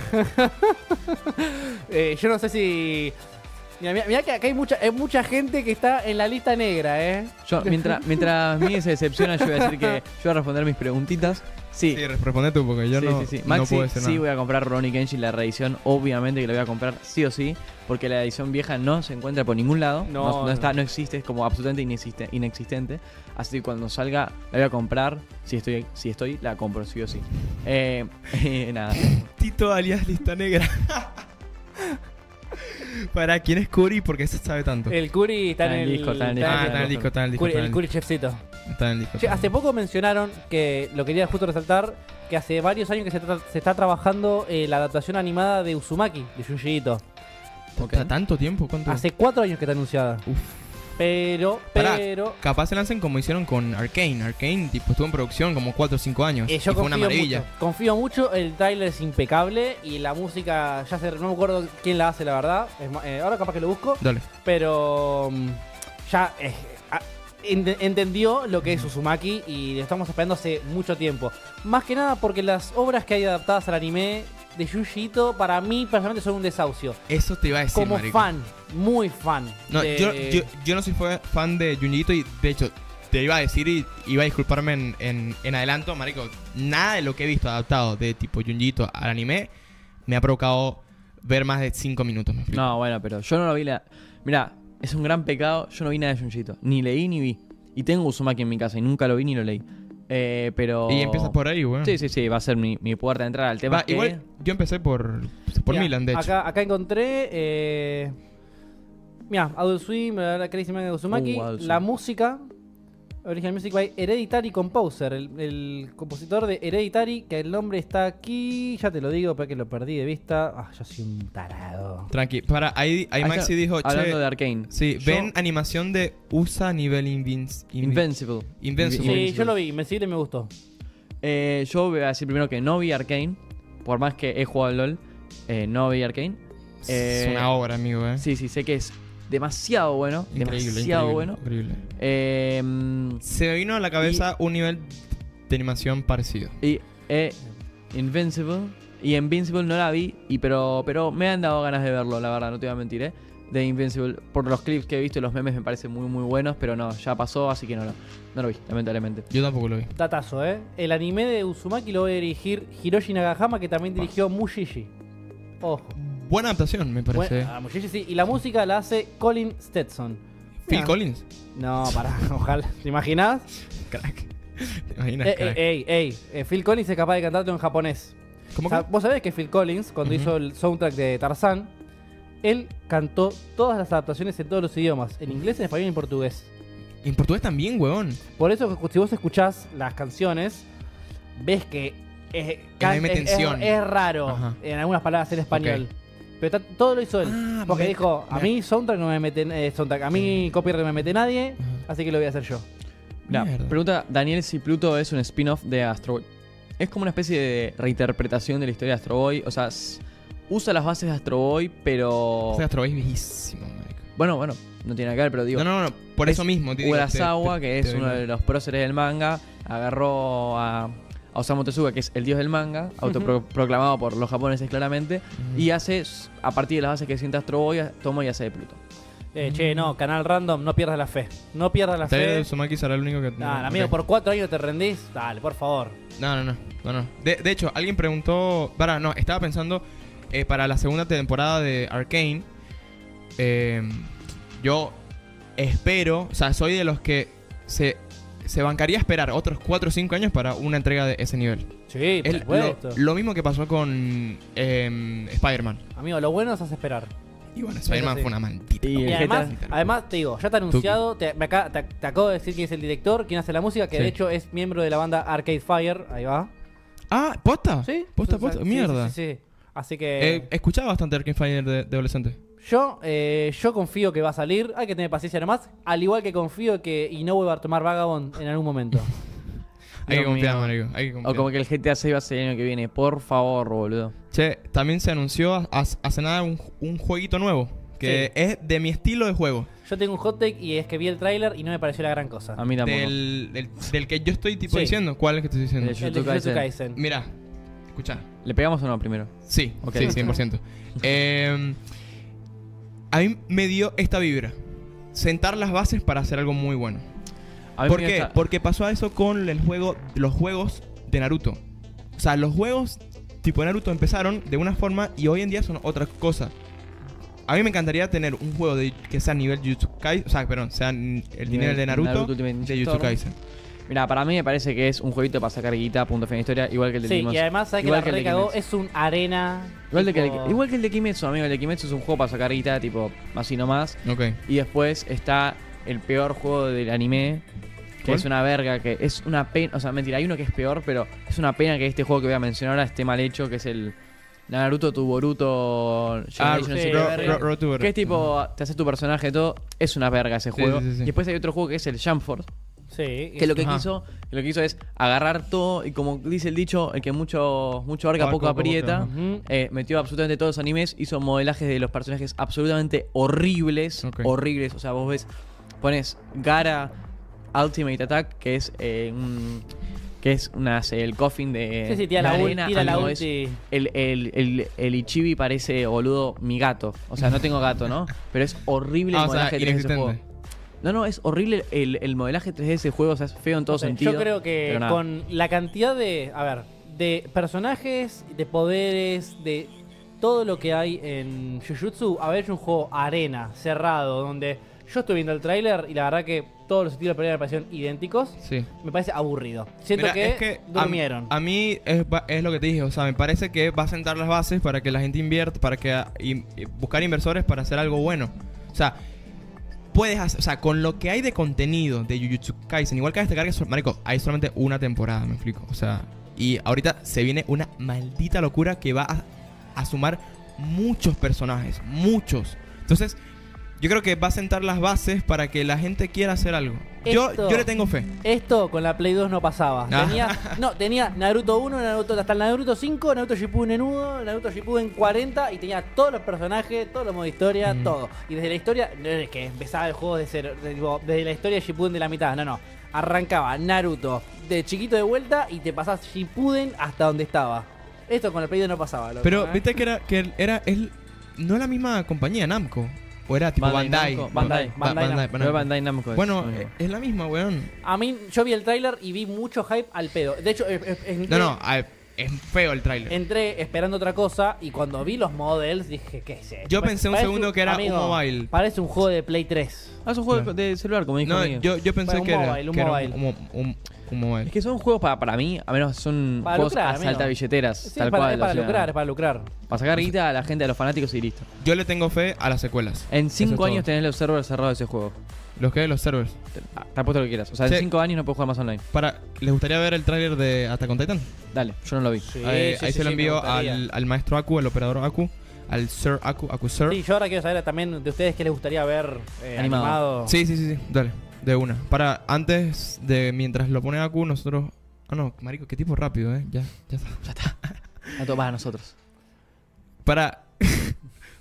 Eh, yo no sé si. Mira, mira, mira que acá hay mucha, hay mucha gente que está en la lista negra, ¿eh? Yo, mientras, mientras Miguel se decepciona, yo voy a decir que yo voy a responder mis preguntitas. Sí, sí, responde tú porque yo sí, no, sí, sí. no Maxi, puedo decir sí nada. voy a comprar Ronnie Kenshin la reedición, obviamente que la voy a comprar sí o sí, porque la edición vieja no se encuentra por ningún lado, No, no, no. no está, no existe, es como absolutamente inexiste- inexistente. Así que cuando salga la voy a comprar, si estoy, si estoy la compro sí o sí. Eh, eh, nada. Tito alias Lista Negra. Para quién es Curi, porque se sabe tanto. El Curi está, en el disco, está en el disco. ah, está en el disco, está en el disco. Curi- está en el el- Curi Chefcito. está en el disco. Che, hace poco mencionaron que lo quería justo resaltar que hace varios años que se, tra- se está trabajando eh, la adaptación animada de Uzumaki, de Junji Ito. ¿Está tanto tiempo? ¿Cuánto? Hace cuatro años que está anunciada. Uf. Pero, Pará. pero. Capaz se lancen como hicieron con Arkane. Arkane tipo, estuvo en producción como 4 o 5 años. eh, y fue una maravilla. mucho. Confío mucho, el tráiler es impecable y la música, ya se, no me acuerdo quién la hace, la verdad. Es ma- eh, ahora capaz que lo busco, Dale. pero. mm, ya. eh, a- ent- entendió lo que es Uzumaki y lo estamos esperando hace mucho tiempo. Más que nada porque las obras que hay adaptadas al anime de Yuji Ito, para mí personalmente son un desahucio. Eso te iba a decir, Como marico. fan, muy fan. No, de- yo, yo, yo no soy fue- fan de Junjito y de hecho te iba a decir y iba a disculparme en, en- en adelanto, marico. Nada de lo que he visto adaptado de tipo Junjito al anime me ha provocado ver más de 5 minutos. me explico. No, bueno, pero yo no lo vi la. Mirá, es un gran pecado. Yo no vi nada de Junjito. Ni leí ni vi. Y tengo Uzumaki en mi casa y nunca lo vi ni lo leí. Eh, pero. Y empiezas por ahí, weón. Sí, sí, sí, va a ser mi, mi puerta de entrada al tema. Va, que- igual yo empecé por, por Mirá, Milan, de hecho. Acá, acá encontré. Eh, Mira, Adult Swim, la verdad, Crazy Man de Uzumaki. Uh, Adult la Swim. música. Original Music by Hereditary Composer, el, el compositor de Hereditary, que el nombre está aquí, ya te lo digo, para que lo perdí de vista. Ah, yo soy un tarado. Tranqui. Para, ahí, ahí Acá, Maxi dijo, che, Hablando de Arkane. sí, Yo- ven animación de USA a nivel invinci- invin- Invincible. Invincible. Invi- Sí, yo lo vi, Invencible me gustó. Eh, yo voy a decir primero que no vi Arkane. Por más que he jugado al LOL, eh, no vi Arkane. Es Eh, una obra, amigo, eh. Sí, sí, sé que es demasiado bueno. Increíble, demasiado increíble, bueno. Increíble. Eh, mm, Se me vino a la cabeza un nivel de animación parecido. y eh, Invincible. Y Invincible no la vi, y pero, pero me han dado ganas de verlo, la verdad, no te voy a mentir, ¿eh? De Invincible, por los clips que he visto y los memes me parecen muy, muy buenos, pero no, ya pasó, así que no, no, no lo vi, lamentablemente. Yo tampoco lo vi. Datazo, ¿eh? El anime de Uzumaki lo va a dirigir Hiroshi Nagahama, que también dirigió Mushishi. Ojo. Buena adaptación, me parece. Bueno, ah, Mushishi sí, y la música la hace Colin Stetson. Phil Ah. Mira. Collins. No, pará, ojalá. ¿Te imaginas? Crack. ¿Te imaginas, Eh, crack? eh, ey, ey, eh, Phil Collins es capaz de cantarlo en japonés. ¿Cómo O sea, que? ah, Vos sabés que Phil Collins, cuando Ujú. hizo el soundtrack de Tarzán, él cantó todas las adaptaciones en todos los idiomas, en inglés, en español y en portugués. En portugués también, huevón. Por eso, si vos escuchás las canciones, ves que es, can- meme es- es- tensión. es raro Ajá. en algunas palabras en español. Pero está- todo lo hizo él. Ah, porque me- dijo, a me- mí soundtrack no me mete, eh, soundtrack, a mí copyright no me mete nadie, Ajá. así que lo voy a hacer yo. Mirá, Mierda. pregunta Daniel si Pluto es un spin-off de Astro Boy. Es como una especie de reinterpretación de la historia de Astro Boy. O sea, s- usa las bases de Astro Boy, pero. Ese Astro Boy es viejísimo, marico. bueno, bueno, no tiene nada que ver, pero digo. No, no, no. Por es eso mismo. te digo, te- Urasawa, te- que te es doy uno una- de los próceres del manga, agarró a, a Osamu Tezuka, que es el dios del manga, autoproclamado por los japoneses claramente, Ujú. y hace, s- a partir de las bases que siente Astro Boy, a- toma y hace de Pluto. Eh, Che, no, canal random, no pierdas la fe. No pierdas la Taylor fe. de Sumaki será el único que. Nah, no, amigo, ok. por cuatro años te rendís. Dale, por favor. No, no, no. no, no. De, de hecho, alguien preguntó. Para, no, estaba pensando eh, para la segunda temporada de Arkane. eh, yo espero, o sea, soy de los que se, se bancaría a esperar otros 4 o 5 años para una entrega de ese nivel. Sí, por Es lo, supuesto. lo mismo que pasó con eh, Spider-Man. Amigo, lo bueno es hacer esperar. Y bueno, Spider-Man sí. fue una maldita. Y Y el además, Geta- además, te digo, ya está anunciado, te, me acá- te- te acabo de decir quién es el director, quién hace la música, que de Sí. hecho es miembro de la banda Arcade Fire, ahí va. Ah, posta. ¿Sí? Posta, o sea, posta. sí, Mierda. Sí, sí, sí. Así que Eh, escuchaba bastante Arcane Fire de, de adolescente. yo, eh, yo confío que va a salir, hay que tener paciencia nomás, al igual que confío que Inoue va a tomar Vagabond en algún momento. Hay que Dios confiar, mío. marico. Hay que confiar. O como que el GTA 6 va a ser el año que viene, por favor, boludo. Che, también se anunció ha- hace, nada un, un jueguito nuevo. Que es de mi estilo de juego. yo tengo un hot take y es que vi el tráiler y no me pareció la gran cosa. A mí tampoco. Del, del, del que yo estoy tipo Sí. diciendo. ¿Cuál es que estoy diciendo? El de El de Jujutsu Jujutsu Kaisen. Kaisen. Mira, escucha. ¿Le pegamos o no primero? Sí, Ok. sí, 100%. Eh, a mí me dio esta vibra. Sentar las bases para hacer algo muy bueno. A mí ¿Por me qué? gusta- Porque pasó a eso con el juego, los juegos de Naruto. O sea, los juegos tipo Naruto empezaron de una forma y hoy en día son otra cosa. A mí me encantaría tener un juego de, que sea a nivel Jujutsu Kaisen, o sea, perdón, sea n- el nivel de Naruto, Naruto Ultimate de Ninja Jujutsu Storm. Kaisen. Mira, para mí me parece que es un jueguito para sacar guita, punto fin de historia, igual que el de Sí, y además, ¿sabes que Igual la que el de recagó? Kimetsu. Es un arena. Igual, de que el, tipo- igual que el de Kimetsu, amigo. El de Kimetsu es un juego para sacar guita, tipo, así nomás. Ok. Y después está el peor juego del anime, que ¿Cuál? es una verga, que es una pena. O sea, mentira, hay uno que es peor, pero es una pena que este juego que voy a mencionar ahora esté mal hecho, que es el Naruto tu Boruto Ah, Generation sí, Z, Ro- Ro- verga. Road to Ah, Boruto. Que es tipo, te haces tu personaje y todo. Es una verga ese Sí, juego. sí, sí, sí. Y después hay otro juego que es el Jamford. Sí, Que lo que Ajá. quiso, que lo que hizo es agarrar todo y como dice el dicho, el que mucho, mucho arca Ah, poco poco, poco, aprieta, Ujú. eh, metió absolutamente todos los animes, hizo modelajes de los personajes absolutamente horribles, Ok. horribles, o sea, vos ves, pones Gara, Ultimate Attack, que es eh, un- que es unas, el coffin de. Sí, sí, tira la de ulti. Eh, arena, Tira la amigo, es- ulti. el, el, el, el Ichibi parece, boludo, mi gato. O sea, no tengo gato, ¿no? Pero es horrible el Ah, o sea, modelaje 3D de ese juego. inexistente. No, no, es horrible el, el modelaje 3D de ese juego. O sea, es feo en todo No sé, sentido. Yo creo que pero nada. con la cantidad de. A ver, de personajes, de poderes, de todo lo que hay en Jujutsu, haber hecho un juego arena, cerrado, donde yo estuve viendo el tráiler y la verdad que todos los estilos de pelea me parecieron idénticos, Sí. me parece aburrido. Siento Mira, que, es que a- durmieron. A, mí es, ba- es lo que te dije, o sea, me parece que va a sentar las bases para que la gente invierta, para que ah, in- eh, buscar inversores para hacer algo bueno. O sea, puedes hacer, o sea, con lo que hay de contenido de Jujutsu Kaisen, igual que este carga, marico, hay solamente una temporada, me explico. O sea, y ahorita se viene una maldita locura que va a, a sumar muchos personajes, muchos. Entonces, yo creo que va a sentar las bases para que la gente quiera hacer algo. Yo, Esto- yo le tengo fe. Esto con la Play 2 no pasaba. Ah. Tenía, no, tenía Naruto 1, Naruto, hasta el Naruto 5, Naruto Shippuden 1, Naruto Shippuden 40 y tenía todos los personajes, todos los modos de historia, Mm. todo. Y desde la historia, no es que empezaba el juego de cero, de- tipo, desde la historia de Shippuden de la mitad, no, no. Arrancaba Naruto de chiquito de vuelta y te pasás Shippuden hasta donde estaba. Esto con la Play 2 no pasaba. loco, Pero ¿eh? viste que era que era el no la misma compañía Namco o era tipo Bandai. Bandai Namco, Ba- Bandai, Ba- Bandai Namco. Pero Bandai Namco es Bueno, lo mismo. eh, es la misma, weón. A mí, yo vi el tráiler y vi mucho hype al pedo. De hecho, eh, eh, entré- No, no, ah, es feo el tráiler. Entré esperando otra cosa y cuando vi los models dije, ¿qué es esto? Yo pensé un segundo que era un mobile. Parece un juego de Play 3. Ah, es un juego Claro. de celular, como dijo No, amigo. yo, yo pensé Bueno, un que, mobile, era, un que era mobile. un, un- un Es mobile. que son juegos para, para mí, a menos son Para juegos lucrar, a amigo. saltabilleteras, Sí, tal es para, cual. es o para sea, lucrar, es para lucrar. para sacar guita a la gente, a los fanáticos y listo. Yo le tengo fe a las secuelas. Eh. En Eso es 5 años todo. tenés los servers cerrados de ese juego. los que de los servers. Te, ah, te apuesto lo que quieras. O sea, en Sí. 5 años no puedes jugar más online. Para les gustaría ver el tráiler de Attack on Titan? Dale, yo no lo vi. Sí, Eh, sí, ahí sí, se lo sí, me envío gustaría. al, al maestro Aku, al operador Aku, al Sir Aku, Aku Sir. Sí, yo ahora quiero saber también de ustedes qué les gustaría ver eh, Animado. animado. Sí, sí, sí, sí, dale, de una. Para antes de mientras lo pone Aku, nosotros. Ah, no, marico, qué tipo rápido, eh. Ya, ya está. A todos, vas a nosotros. Para.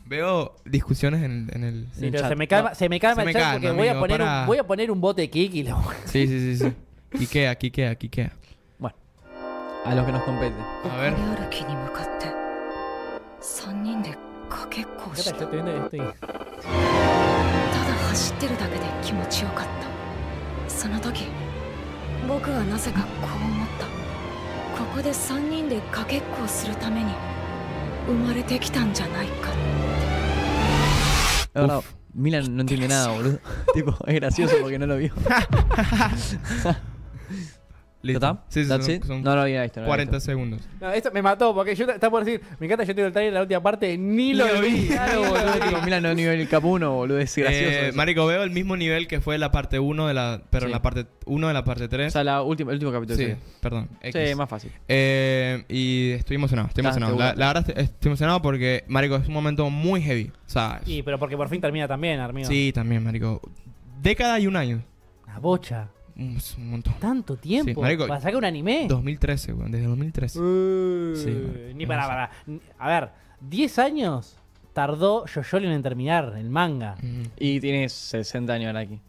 Veo discusiones en, en el. Sí, En pero chat. se me calma, No. se me calma Se me el chat calma, porque voy, a amigo, poner para. un, voy a poner un bote kick y lo... Sí, sí, sí, sí. Quiquea, quiquea, quiquea. Bueno, a los que nos competen. A ver. 夜気に向かって3人でかけっこをしたただ Estoy- 走ってるだけで気持ちよかったその時僕はなぜかこう思ったここで3人でかけっこをするために生まれてきたんじゃないか La verdad, Milan no entiende nada, boludo. tipo, es gracioso porque no lo vio. ¿Está? Sí, sí, That's son, it? son No lo había visto. No lo había 40 visto. segundos. No, esto me mató porque yo estaba por decir, me encanta, yo tengo el trailer la última parte, ni lo, Lo vi. vi. Claro, boludo. tipo, Milan no es nivel capuno, boludo. Es gracioso. Eh, eso. marico, veo el mismo nivel que fue la parte 1 de la. Pero Sí. la parte 1 de la parte 3. o sea, la última, el último capítulo. sí, ¿eh? Sí, perdón. sí, X. más fácil. Eh, y estoy emocionado, estoy Estás emocionado. La, seguro. la verdad est- estoy emocionado porque, marico, es un momento muy heavy. O sea, Y pero porque por fin termina también, Armido. sí, también, marico. Década y un año. Una bocha. Mm, Es un montón. Tanto tiempo. Sí, marico, para sacar un anime. 2013, weón, desde 2013. Uh, Sí, bueno, ni no para, sé. para. Ni- A ver, 10 años tardó Yoyolin en terminar el manga. Mm. Y tienes 60 años ahora aquí.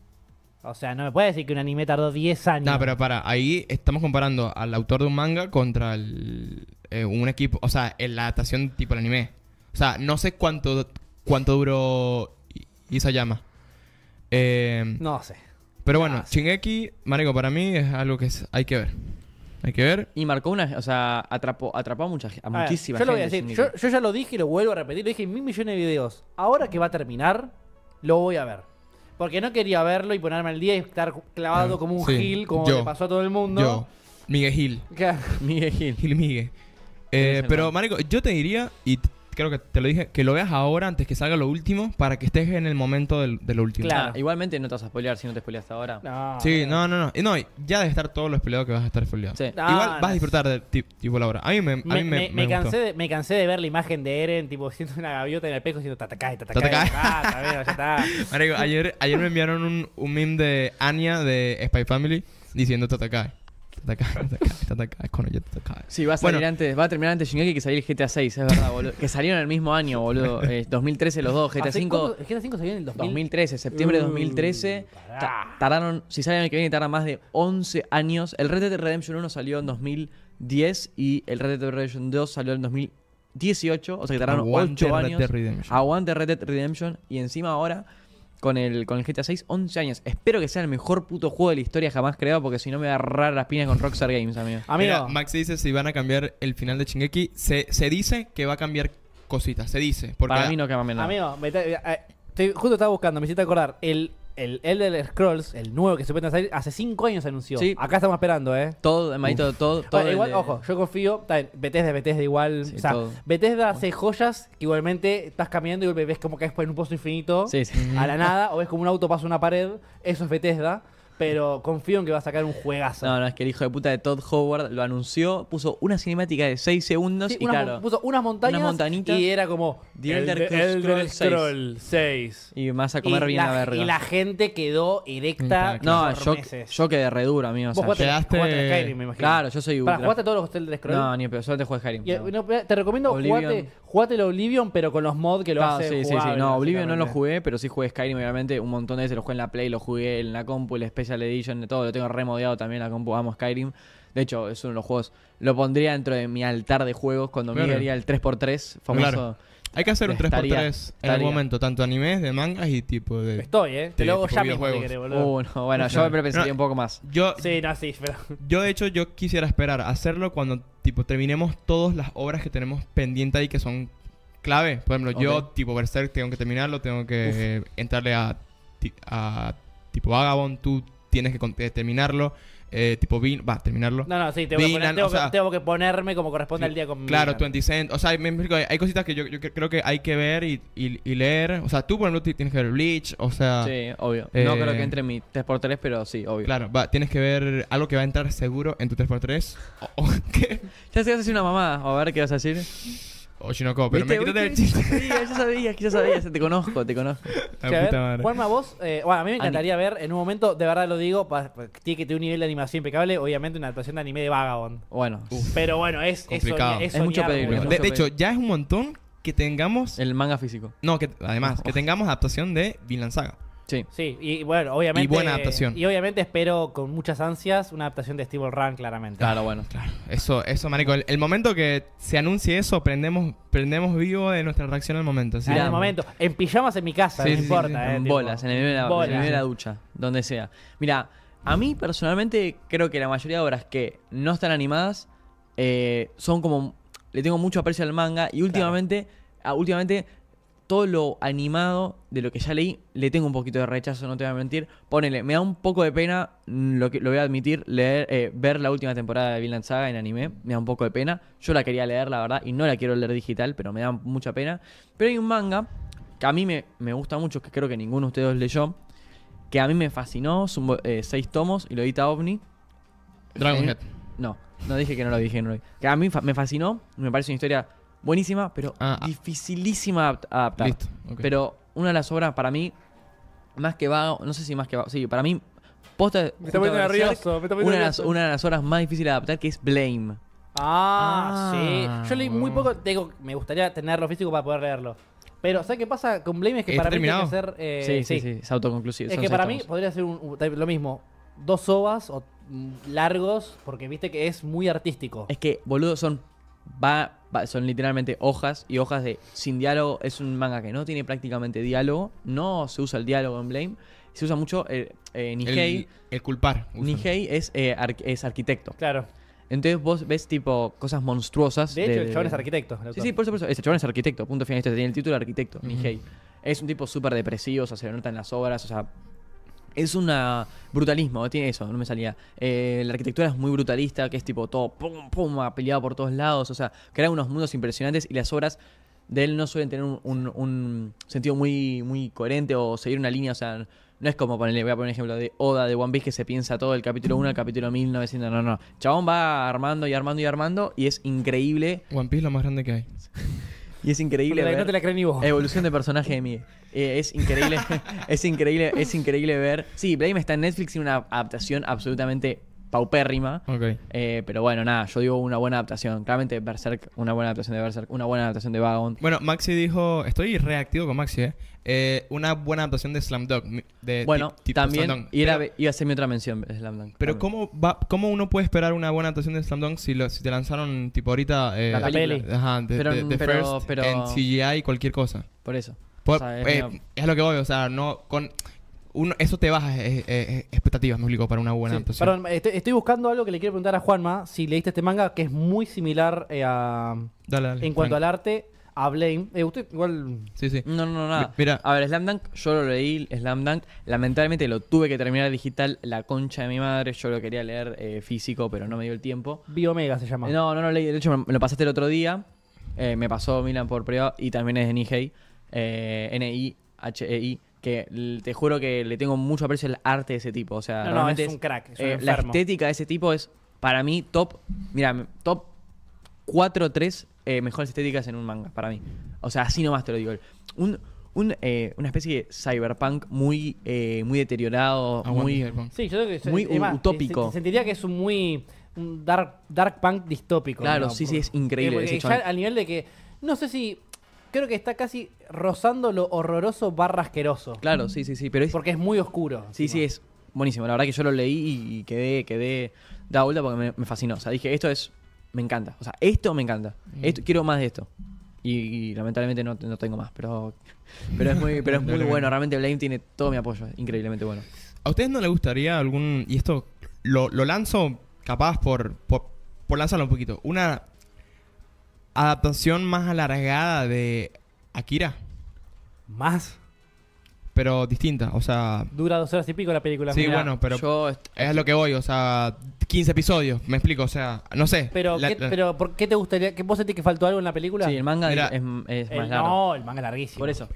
O sea, no me puede decir que un anime tardó 10 años. No, pero para, ahí estamos comparando al autor de un manga contra el, eh, un equipo, o sea, en la adaptación tipo el anime. O sea, no sé cuánto, cuánto duró I- Isayama. Eh, No sé. pero bueno, Shingeki, marico, para mí es algo que es- hay que ver. Hay que ver. Y marcó una. O sea, atrapó, atrapó a, mucha, ge- a A ver, muchísima yo lo voy a gente. decir. Shingeki. Yo, yo ya lo dije y lo vuelvo a repetir. Lo dije en mil millones de videos. Ahora que va a terminar, lo voy a ver. Porque no quería verlo y ponerme al día y estar clavado Eh, como un sí, gil, como yo, le pasó a todo el mundo. Yo, Miguel Gil. Claro. Miguel Gil. Gil Miguel. Tienes Eh, el pero, rango. marico, yo te diría, y t- creo que te lo dije, que lo veas ahora antes que salga lo último para que estés en el momento del, de lo último. Claro. Ah, igualmente no te vas a spoilear si no te spoileaste ahora. No, Sí, no, no, no. Y no, y ya de estar todo lo spoileado que vas a estar spoileado. Sí. Ah, Igual no. vas a disfrutar de ti- tipo la hora. A mí me, a mí me, Me, me- me me gustó. cansé de, me cansé de ver la imagen de Eren, tipo, siendo una gaviota en el espejo, diciendo tatacae, tatacae. Tatacae. tatacae, amigo, ya está. Marico, ayer, ayer me enviaron un, un meme de Anya de Spy Family diciendo Tatakai. está acá, está acá, está acá, es cuando yo te acá. Sí, va a salir Bueno. antes, va a terminar antes Shingeki que salir el GTA 6, es verdad, boludo. que salieron el mismo año, boludo. Eh, 2013 los dos, GTA ¿Hace 5 cuánto- GTA 5 salió en el Uh, 2000. 2013, septiembre de 2013. Ah. Ta- Tardaron, si sale el año que viene, tardan más de 11 años. El Red Dead Redemption 1 salió en 2010 y el Red Dead Redemption 2 salió en 2018. O sea que tardaron Aguante 8 Red años. Dead Redemption. Aguante Red Dead Redemption y encima ahora con el, con el GTA 6, 11 años. Espero que sea el mejor puto juego de la historia jamás creado porque si no me va a agarrar las piñas con Rockstar Games, amigo. Amigo, Mira, Max dice si van a cambiar el final de Shingeki. Se, se dice que va a cambiar cositas, se dice. Porque Para mí no cambia nada. amigo, me está- eh, estoy- justo estaba buscando, me hiciste acordar. El, el Elder Scrolls, el nuevo que supuestamente salir, hace 5 años se anunció. Sí. Acá estamos esperando, ¿eh? Todo, hermanito, todo, todo. Ahora, el Ah, igual, de- ojo, yo confío. está bien, Bethesda, Bethesda igual. Sí, o sea, todo. Bethesda hace joyas que igualmente estás caminando y ves como caes por un pozo infinito Sí, sí. a la nada, o ves como un auto pasa una pared. Eso es Bethesda, pero confío en que va a sacar un juegazo. No, no, es que el hijo de puta de Todd Howard lo anunció, puso una cinemática de 6 segundos Sí, y unas mon- claro. puso unas montañas Unas montanitas. y era como The Elder de- Scrolls 6. Scroll 6. Y vas a comer Y bien la, la verga. y la gente quedó erecta. Intacta. No, por yo, meses. yo quedé re duro, amigo. Vos o sea, jugaste, yo- llegaste- jugaste a Skyrim, me imagino. Claro, yo soy Para, ultra- jugaste todos los Elder Scrolls. No, ni pero solo te juegas Skyrim. Y, eh, no. no, te recomiendo Oblivion. jugate, jugate el Oblivion, pero con los mods que lo Claro, hacen. sí, sí, sí. jugable, No, Oblivion no lo básicamente. jugué, pero sí jugué Skyrim, obviamente, un montón de veces. Lo jugué en la Play, lo jugué en la compu, el Special Edition, de todo. Lo tengo remodiado también, la compu. Amo Skyrim. De hecho, es uno de los juegos. Lo pondría dentro de mi altar de juegos cuando Claro. miraría el 3x3 famoso. Claro. Hay que hacer un 3x3 Estaría, en estaría. algún momento, tanto animes, de mangas y tipo de... Estoy, eh. Te Sí, lo hago tipo ya mismo si videojuegos. querés, boludo. Uh, no, bueno, yo Claro. me pensaría No. un poco más. Yo, Sí, no, sí, pero. yo de hecho, yo quisiera esperar a hacerlo cuando tipo terminemos todas las obras que tenemos pendiente ahí que son clave. Por ejemplo, yo Ok. tipo Berserk tengo que terminarlo, tengo que entrarle a, ti- a tipo Vagabond, tú tienes que con- eh, terminarlo, eh, tipo Vin, va, terminarlo. No, no, sí, tengo, que, Vinland, poner- tengo, o sea- que, tengo que ponerme como corresponde al día con Claro, Vinland. 20 Cent. O sea, me explico, hay, hay cositas que yo, yo cre- creo que hay que ver y, y- y leer. O sea, tú, por ejemplo, ti- tienes que ver Bleach. O sea, Sí, obvio. no Eh, creo que entre en mi 3x3, pero sí, obvio. claro, va, tienes que ver algo que va a entrar seguro en tu 3x3. O, o, ¿qué? Ya sé, vas a decir una mamada. A ver qué vas a decir. o Shinoko, Oh, pero me ¿Viste? quítate el ¿Viste? chiste. Ya sabía, ya sabía, ya sabía. ya Te conozco, te conozco. La Sí, a ver, puta madre. Juanma, vos, eh, bueno, a mí me encantaría ver en un momento, de verdad lo digo, pa- pa- tiene que tener un nivel de animación impecable, obviamente una actuación de anime de Vagabond. Bueno, Pero bueno, es es Complicado. soñar- Es, Es mucho soñar pedir, mucho. de, de hecho, ya es un montón que tengamos. el manga físico. No, que además, que tengamos adaptación de Vinland Saga. Sí. Sí, y bueno, obviamente. Y buena adaptación. Y obviamente espero con muchas ansias una adaptación de Steve Run, claramente. Claro, bueno. Eso, eso, marico. El, el momento que se anuncie eso, prendemos, prendemos vivo de nuestra reacción al momento. así. Ah, en el Amo. momento. En pijamas en mi casa, Sí, no sí, sí, importa. sí. eh, En tipo. bolas, en el medio de la, en el Bolas. medio de la ducha, donde sea. Mira, a mí personalmente creo que la mayoría de obras que no están animadas eh, son como. Le tengo mucho aprecio al manga y últimamente, ah, últimamente todo lo animado de lo que ya leí le tengo un poquito de rechazo, no te voy a mentir. Ponele, me da un poco de pena, mm, lo, que, lo voy a admitir, leer, eh, ver la última temporada de Vinland Saga en anime, me da un poco de pena. Yo la quería leer, la verdad, y no la quiero leer digital, pero me da mucha pena. Pero hay un manga que a mí me, me gusta mucho, que creo que ninguno de ustedes leyó, que a mí me fascinó, son bo- eh, seis tomos y lo edita OVNI. Dragon Eh, Head. No, no dije que no lo dije, no lo dije. Que a mí fa- me fascinó, me parece una historia buenísima, pero Ah, ah. dificilísima a adapt- a adaptar. Listo. ok. Pero una de las obras para mí, más que va, no sé si más que va, sí, para mí, posta. Me junto está a poniendo Berserk, nervioso. Me está poniendo una, de las, nervioso. una de las obras más difíciles de adaptar que es Blame. Ah, Ah, sí. Yo leí muy huevón. poco. te Digo, me gustaría tenerlo físico para poder leerlo. Pero, ¿sabes qué pasa con Blame? Es que ¿Está para mí tiene que terminado? ser. eh, sí, sí, sí, es autoconclusivo. Es son que seis para mí tomos. podría ser un- un- lo mismo. Dos ovas o mm, largos, porque viste que es muy artístico. Es que, boludo, son. Va, va- son literalmente hojas y hojas de. Sin diálogo. Es un manga que no tiene prácticamente diálogo. No se usa el diálogo en Blame. Se usa mucho. Eh, eh, Nihei. el, el culpar. usan. Nihei es, eh, arqu- es arquitecto. Claro. Entonces vos ves tipo cosas monstruosas. De hecho, el chabón es arquitecto. el Sí, autor. sí, por eso, por eso. Este chabón es arquitecto. Punto final. Este tiene el título de arquitecto, Nihei. Es un tipo súper depresivo, o sea, se le notan las obras, o sea. Es una brutalismo, tiene eso, no me salía. Eh, la arquitectura es muy brutalista, que es tipo todo pum, pum, peleado por todos lados, o sea, crea unos mundos impresionantes y las obras de él no suelen tener un, un- un sentido muy, muy coherente o seguir una línea, o sea, no es como ponerle, voy a poner un ejemplo de Oda de One Piece que se piensa todo el capítulo 1 al capítulo 1900, no, no. Chabón va armando y armando y armando y es increíble One Piece lo más grande que hay. y es increíble. Porque la- ver- no te la creen ni vos. Evolución de personaje de Miguel. Eh, es increíble, es increíble, es increíble ver. Sí, Blame está en Netflix y una adaptación absolutamente paupérrima. Ok. Eh, pero bueno, nada, yo digo una buena adaptación. Claramente Berserk, una buena adaptación de Berserk, una buena adaptación de Vagabond. Bueno, Maxi dijo, estoy reactivo con Maxi, ¿eh? Eh, una buena adaptación de Slam Dunk. mi- de Bueno, Ti- Ti- Slam también Dunk. iba Pero, a- iba a ser mi otra mención, Slam Dunk. pero También. ¿cómo, va, ¿cómo uno puede esperar una buena adaptación de Slam Dunk si, lo- si te lanzaron tipo ahorita... eh, La peli. Ajá, de, Pero- de- de pero- First pero- en CGI y cualquier cosa. Por eso. Por- O sea, es eh, medio- es lo que voy, o sea, no con... Uno, eso te baja eh, eh, expectativas, me explico, para una buena Sí, adaptación. Perdón, estoy, estoy buscando algo que le quiero preguntar a Juanma, si leíste este manga, que es muy similar eh, a, Dale, dale. en cuanto Frank. al arte a Blame. Eh, usted igual... Sí, sí. No, no, no, nada. Mira. A ver, Slam Dunk, yo lo leí, Slam Dunk. Lamentablemente lo tuve que terminar digital, la concha de mi madre. Yo lo quería leer eh, físico, pero no me dio el tiempo. Biomega se llama. Eh, No, no lo leí. De hecho, me, me lo pasaste el otro día. Eh, me pasó Milan por privado y también es de Nihei. eh, N-I-H-E-I. Que l- te juro que le tengo mucho aprecio al arte de ese tipo. O No, sea, no, realmente eh, es un crack, es un la enfermo. estética de ese tipo es, para mí, top. Mira, m- top 4 o 3 mejores estéticas en un manga, para mí. O sea, así nomás te lo digo. Un, un, eh, una especie de cyberpunk muy, eh, muy deteriorado, Aguante, muy. Cyberpunk. Sí, yo creo que es- Muy es más, utópico. se- sentiría que es un muy un dark, dark punk distópico. Claro, ¿no? sí, sí, es Eh, increíble. porque ese ya chabón. al nivel de que no sé si creo que está casi rozando lo horroroso barra asqueroso, Claro, sí, sí, sí. Pero es porque es muy oscuro. Sí, sí, es buenísimo. La verdad que yo lo leí y- y quedé, quedé da vuelta porque me, me fascinó. O sea, dije, esto es. Me encanta. O sea, esto me encanta. Esto, quiero más de esto. Y, y lamentablemente no, no tengo más, pero. Pero es muy, pero es muy bueno. Realmente Blame tiene todo mi apoyo. Es increíblemente bueno. ¿A ustedes no les gustaría algún... Y esto lo, lo lanzo capaz por, por... Por lanzarlo un poquito. Una adaptación más alargada de Akira, Más pero distinta. O sea, dura dos horas y pico la película. Sí, Mirá. bueno, pero- eh, Yo. est- es lo que voy. O sea, 15 episodios, me explico. O sea, no sé. Pero, La- ¿qué, la- pero ¿por qué te gustaría? ¿Qué vos sentís que faltó algo en la película? Sí, el manga Mira, eh, es, es El- más largo. no, el manga es larguísimo. Por eso.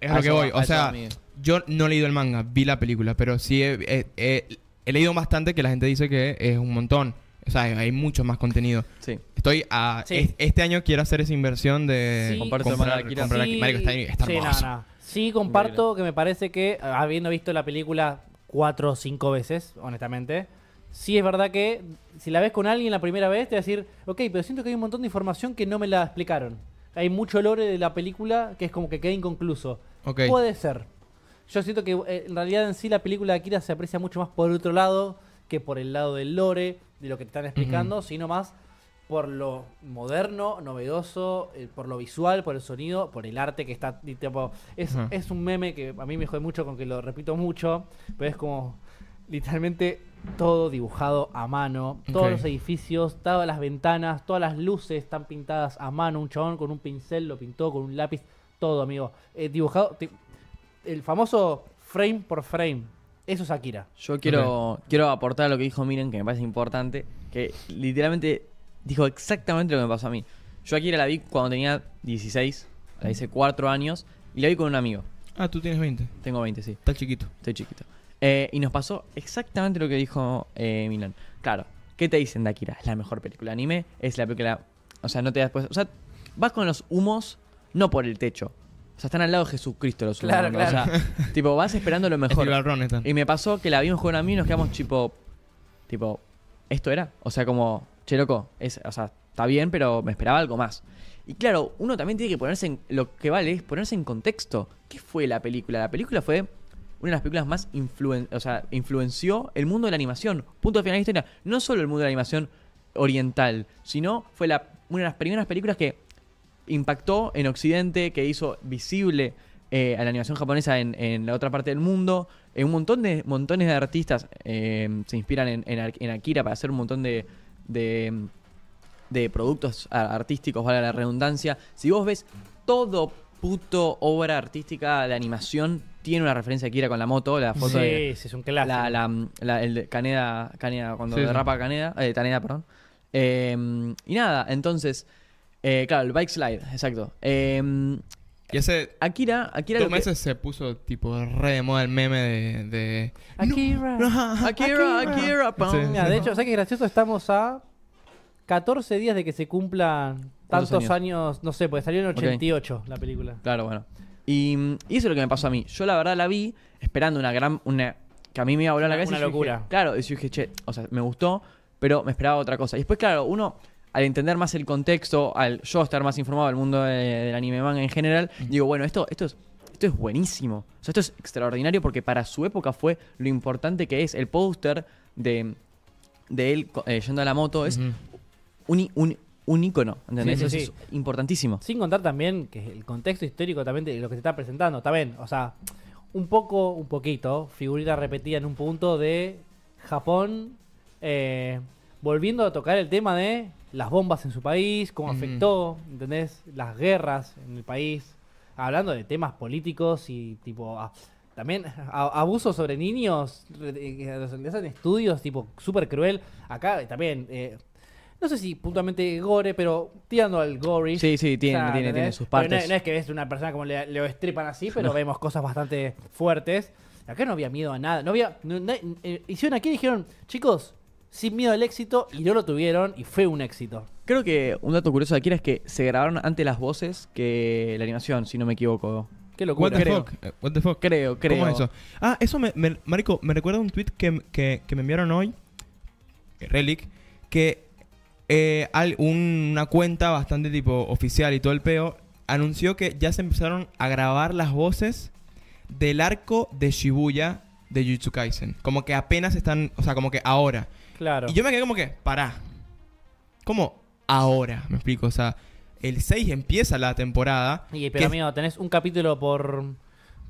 es a lo que eso- voy. a O eso va sea, mi- yo no he leído el manga, vi la película, pero sí he, he- he- he leído bastante que la gente dice que es un montón. O sea, hay mucho más contenido. Sí. Estoy a. Sí. es- este año quiero hacer esa inversión de. Sí. Comparto el manga de comprar, Akira. comprar Akira. Marico, está, está sí, hermoso. no, no. Sí, comparto que me parece que, habiendo visto la película cuatro o cinco veces, honestamente, sí es verdad que si la ves con alguien la primera vez, te va a decir, ok, pero siento que hay un montón de información que no me la explicaron. Hay mucho lore de la película que es como que queda inconcluso. Ok. Puede ser. Yo siento que eh, en realidad en sí la película de Akira se aprecia mucho más por otro lado que por el lado del lore, de lo que te están explicando, sino más por lo moderno, novedoso, eh, por lo visual, por el sonido, por el arte que está. y tipo, es, Ajá. es un meme que a mí me jode mucho, con que lo repito mucho, pero es como literalmente todo dibujado a mano, todos Ok. los edificios, todas las ventanas, todas las luces están pintadas a mano, un chabón con un pincel lo pintó, con un lápiz, todo, amigo. Eh, dibujado, ti- el famoso frame por frame, eso es Akira. Yo quiero, quiero aportar lo que dijo Miren, que me parece importante, que literalmente dijo exactamente lo que me pasó a mí. Yo Akira la vi cuando tenía 16, la hice 4 años, y la vi con un amigo. Ah, tú tienes 20. Tengo 20, sí, Está chiquito. estoy chiquito. Eh, y nos pasó exactamente lo que dijo eh, Milan. Claro, ¿qué te dicen de Akira? Es la mejor película de anime, es la película... O sea, no te das... pues- o sea, vas con los humos, no por el techo. O sea, están al lado de Jesucristo los humos. Claro, ¿no? claro. O sea, tipo, vas esperando lo Mejor. mejor. están. Y me pasó que la vimos con a mí y nos quedamos tipo. Tipo, ¿esto era? O sea, como, che, loco, es, o sea, está bien, pero me esperaba algo más. Y claro, uno también tiene que ponerse en. Lo que vale es ponerse en contexto. ¿Qué fue la película? La película fue una de las películas más influen, o sea, influenció el mundo de la animación. Punto final de la historia. No solo el mundo de la animación oriental, sino fue la, una de las primeras películas que impactó en Occidente, que hizo visible eh, a la animación japonesa en, en la otra parte del mundo. Eh, un montón de montones de artistas eh, se inspiran en, en Ar- en Akira para hacer un montón de, de, de productos a- artísticos, valga la redundancia. Si vos ves todo puto obra artística de animación, tiene una referencia a Akira con la moto, la foto de, Sí, sí, es un clásico. la, la- la- el de Caneda, Caneda, cuando Sí, sí. derrapa Caneda, eh, Taneda, perdón. Eh, y nada, entonces, eh, claro, el bike slide, exacto. Eh, Y hace Akira, Akira dos lo que- meses se puso tipo re de moda el meme de. de- Akira. No, ajá, ajá. Akira, Akira, pam. Sí. Mira, de hecho, ¿sabes qué gracioso? Estamos a 14 días de que se cumplan ¿Cuántos tantos años? no sé, porque salió en 88 la película. Claro, bueno. Y, mm, y eso es lo que me pasó a mí. Yo la verdad la vi esperando una gran, una que a mí me iba a volar la Una- cabeza. y una yo dije, locura. claro, y yo dije, che, o sea, me gustó, pero me esperaba otra cosa. Y después, claro, uno, al entender más el contexto, al yo estar más informado del mundo de- del anime manga en general, digo, bueno, esto, esto es. Esto es buenísimo. O sea, esto es extraordinario porque para su época fue lo importante que es. El póster de, de él co- eh, yendo a la moto es un, un, un ícono. ¿Entendés? Sí, sí, Eso es importantísimo. Sin contar también que el contexto histórico también de lo que se está presentando, también, o sea, un poco, un poquito, figurita repetida en un punto de Japón eh, volviendo a tocar el tema de las bombas en su país, cómo Ujú. afectó, ¿entendés? Las guerras en el país, hablando de temas políticos y tipo... ah, también a- abuso sobre niños, re- eh, los- les hacen estudios tipo súper cruel. Acá eh, también, eh, no sé si puntualmente gore, pero tirando al gore. Sí, sí, tiene- tiene- tiene sus partes. No, es que ves una persona como le, le estripan así, pero vemos cosas bastante fuertes. Acá no había miedo a nada. No había, no- na- eh, hicieron aquí y dijeron, chicos, sin miedo al éxito, y no lo tuvieron, y fue un éxito. Creo que un dato curioso de aquí es que se grabaron antes las voces que la animación, si no me equivoco. Qué What locura. the Creo. fuck? eh, What the fuck? Creo, creo. ¿Cómo es eso? Ah, eso me, me- Marico, me recuerda un tweet que, que, que me enviaron hoy, eh, Relic, que eh, al- una cuenta bastante tipo oficial y todo el peo anunció que ya se empezaron a grabar las voces del arco de Shibuya de Jujutsu Kaisen. Como que apenas están, o sea, como que ahora. Claro. Y yo me quedé como que, pará. ¿Cómo ahora? Me explico, o sea, el 6 empieza la temporada. Y, que- pero amigo, tenés un capítulo por,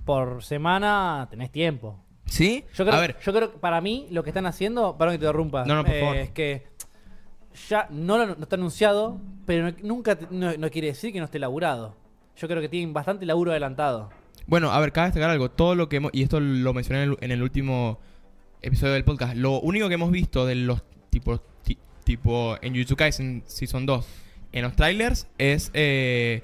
por semana, tenés tiempo. ¿Sí? Yo creo, a ver, yo creo que para mí lo que están haciendo, perdón que te interrumpa, No, no, por eh, favor. es que ya no, lo- no está anunciado, pero no- nunca te- no, no quiere decir que no esté laburado. Yo creo que tienen bastante laburo adelantado. Bueno, a ver, cabe destacar algo. Todo lo que hemos. Y esto lo mencioné en el, en el último episodio del podcast. Lo único que hemos visto de los tipos. ti- tipo. En Jujutsu Kaisen Season 2. En los trailers es. Eh,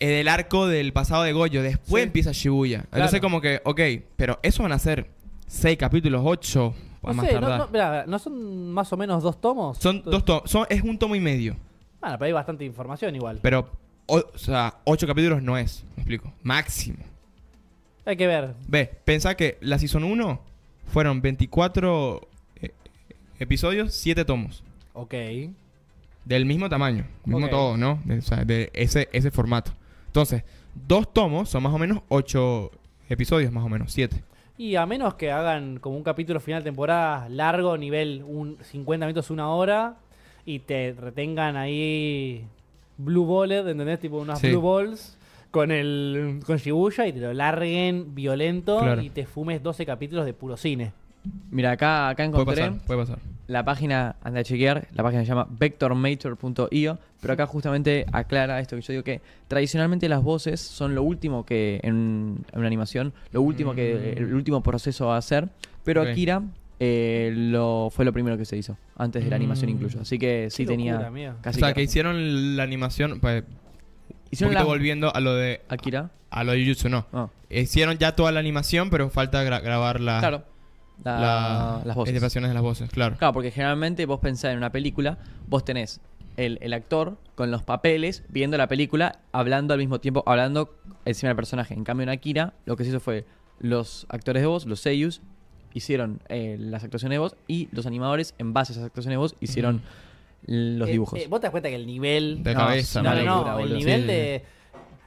el del arco del pasado de Goyo. Después Sí. empieza Shibuya. Entonces, Claro. como que. Ok, pero eso van a ser. 6 capítulos, 8. No Pues más sé, no, tardar. no, mirá, ¿no son más o menos dos tomos? Son dos to- son, Es un tomo y medio. Bueno, pero hay bastante información igual. Pero. O, o sea, 8 capítulos no es. Me explico. Máximo. Hay que ver. Ve, pensá que la Season 1 fueron 24 e- episodios, 7 tomos. Ok. Del mismo tamaño. Mismo Ok. todo, ¿no? De, o sea, de ese, ese formato. Entonces, dos tomos son más o menos 8 episodios, más o menos, 7. Y a menos que hagan como un capítulo final de temporada largo, nivel un 50 minutos, una hora, y te retengan ahí Blue Bullet, ¿entendés? Tipo unas Sí. Blue Balls con el con Shibuya y te lo larguen violento Claro. y te fumes 12 capítulos de puro cine. Mira, acá, acá Puede encontré pasar, puede pasar. la página, anda a chequear, la página se llama vectormator.io, pero acá justamente aclara esto que yo digo que tradicionalmente las voces son lo último que en, en una animación, lo último que, Mm. el último proceso a hacer, pero Ok. Akira eh, lo, fue lo primero que se hizo, antes de la animación Mm. incluso, así que sí Qué locura, tenía amigo. o casi sea, que- que hicieron la animación. Pues, un hicieron poquito la- volviendo a lo de. Akira. A lo de Jujutsu, no. Ah, Hicieron ya toda la animación, pero falta gra- grabar la, claro. La- Ah. la- las voces. animaciones de las voces, claro. Claro, porque generalmente vos pensás en una película, vos tenés el, el actor con los papeles viendo la película, hablando al mismo tiempo, hablando encima del personaje. En cambio, en Akira, lo que se hizo fue los actores de voz, los seiyus, hicieron eh, las actuaciones de voz y los animadores, en base a esas actuaciones de voz, hicieron los Eh, dibujos. eh, ¿Vos te das cuenta que el nivel... De No, cabeza, no, no, marico. no, locura, el boludo. Sí, nivel sí, de...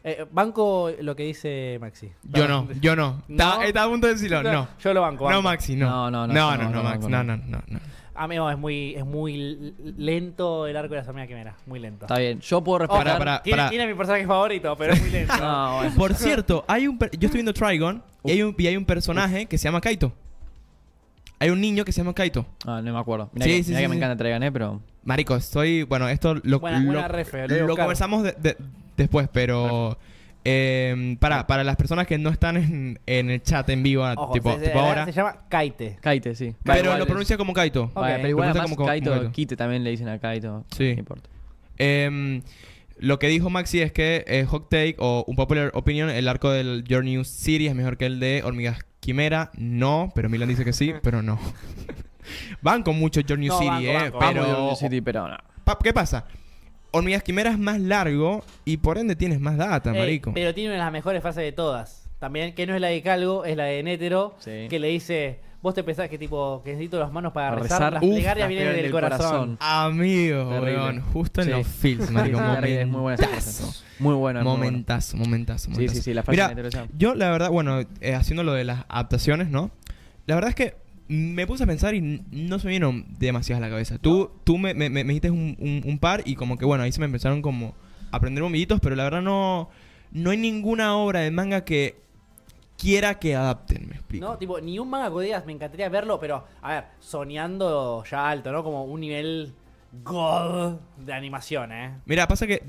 eh, banco lo que dice Maxi. Yo no, yo no. No. Estaba, estaba a punto de decirlo, no. Yo lo banco. No, banco. Maxi, no. No, no, no, No, yo no, no, no, no, Max, no, no, no, no. no. Amigo, es muy, es muy l- lento el arco de la Samia Quimera. Muy lento. Está bien, yo puedo Ojo, Pará, respetar... pará. tiene, tiene mi personaje favorito, pero es muy lento. No, bueno. Por cierto, hay un per- yo estoy viendo Trigon y hay un, y hay un personaje que se llama Kaito. Hay un niño que se llama Kaito. Ah, no me acuerdo. Mirá Sí, que, sí, mirá sí, que me sí. encanta Traigan, ¿eh? Pero... Marico, estoy. Bueno, esto lo, Buena- lo, buena refe, lo voy a lo buscar. conversamos de- de- después, pero. eh, para, para las personas que no están en, en el chat en vivo, Ojo, tipo, se, se- tipo ahora. se llama Kaite. Kaite, sí. Va, Pero igual lo es- pronuncia como Kaito. Va, Ok. pero igual Pronuncia además como- como Kaito, Kaito. Kite también le dicen a Kaito. Sí. No importa. Em, lo que dijo Maxi es que eh, Hot Take o Un Popular Opinion, el arco del Your New City es mejor que el de Hormigas Quimera. No, pero Milan dice que sí, pero no. Van con mucho Your New No, City, banco, eh, banco, Vamos, pero... York City, pero no. Pa- ¿Qué pasa? Hormigas Quimera es más largo y por ende tienes más data, Ey, marico. Eh, pero tiene una de las mejores frases de todas. también, que no es la de Calgo, es la de Nétero, Sí. que le dice, vos te pensás que tipo, que necesito las manos para Para rezar, rezar, las uf, plegarias las vienen del plegarias del corazón. corazón. Amigo, Terrible. weón. Justo en Sí. los fields, Sí, marico. sí, la verdad que es muy buena esa momentazo. presentación. Muy buena, muy buena. Momentazo, momentazo, Sí, sí, momentazo. sí, la Mirá, falsa interesante. Yo, la verdad, bueno, eh, haciendo lo de las adaptaciones, ¿no? La verdad es que me puse a pensar y n- no se me vieron demasiadas a la cabeza. Tú, tú me, me, me- me dijiste un, un- un par y como que, bueno, ahí se me empezaron como a aprender bombillitos, pero la verdad no, no hay ninguna obra de manga que quiera que adapten, me explico. No, tipo, ni un manga que digas, me encantaría verlo, pero, a ver, soñando ya alto, ¿no? Como un nivel god de animación, ¿eh? Mira, pasa que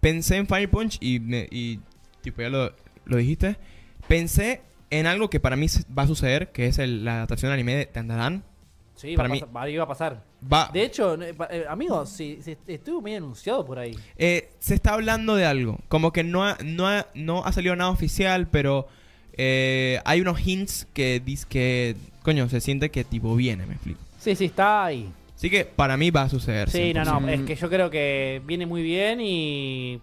pensé en Fire Punch y, me- y, tipo, ya lo, lo dijiste. Pensé en algo que para mí se- va a suceder, que es el- la adaptación al anime de Tandadan. Sí, Para va a mí- pasar- va- iba a pasar. Va, De hecho, eh, pa- eh, amigos, si, si estuvo medio anunciado por ahí. Eh, se está hablando de algo. Como que no ha, no ha- no ha salido nada oficial, pero eh, hay unos hints que dice que, coño, se siente que tipo viene, me explico. Sí, sí, está ahí. Así que para mí va a suceder. Sí, no, 100%. no, es que yo creo que viene muy bien y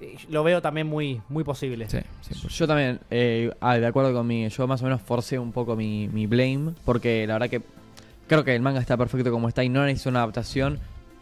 y lo veo también muy, muy posible. Sí, 100%. Yo también, eh, ah, de acuerdo con mi. Yo más o menos forcé un poco mi, mi blame, porque la verdad que creo que el manga está perfecto como está y no necesita una adaptación.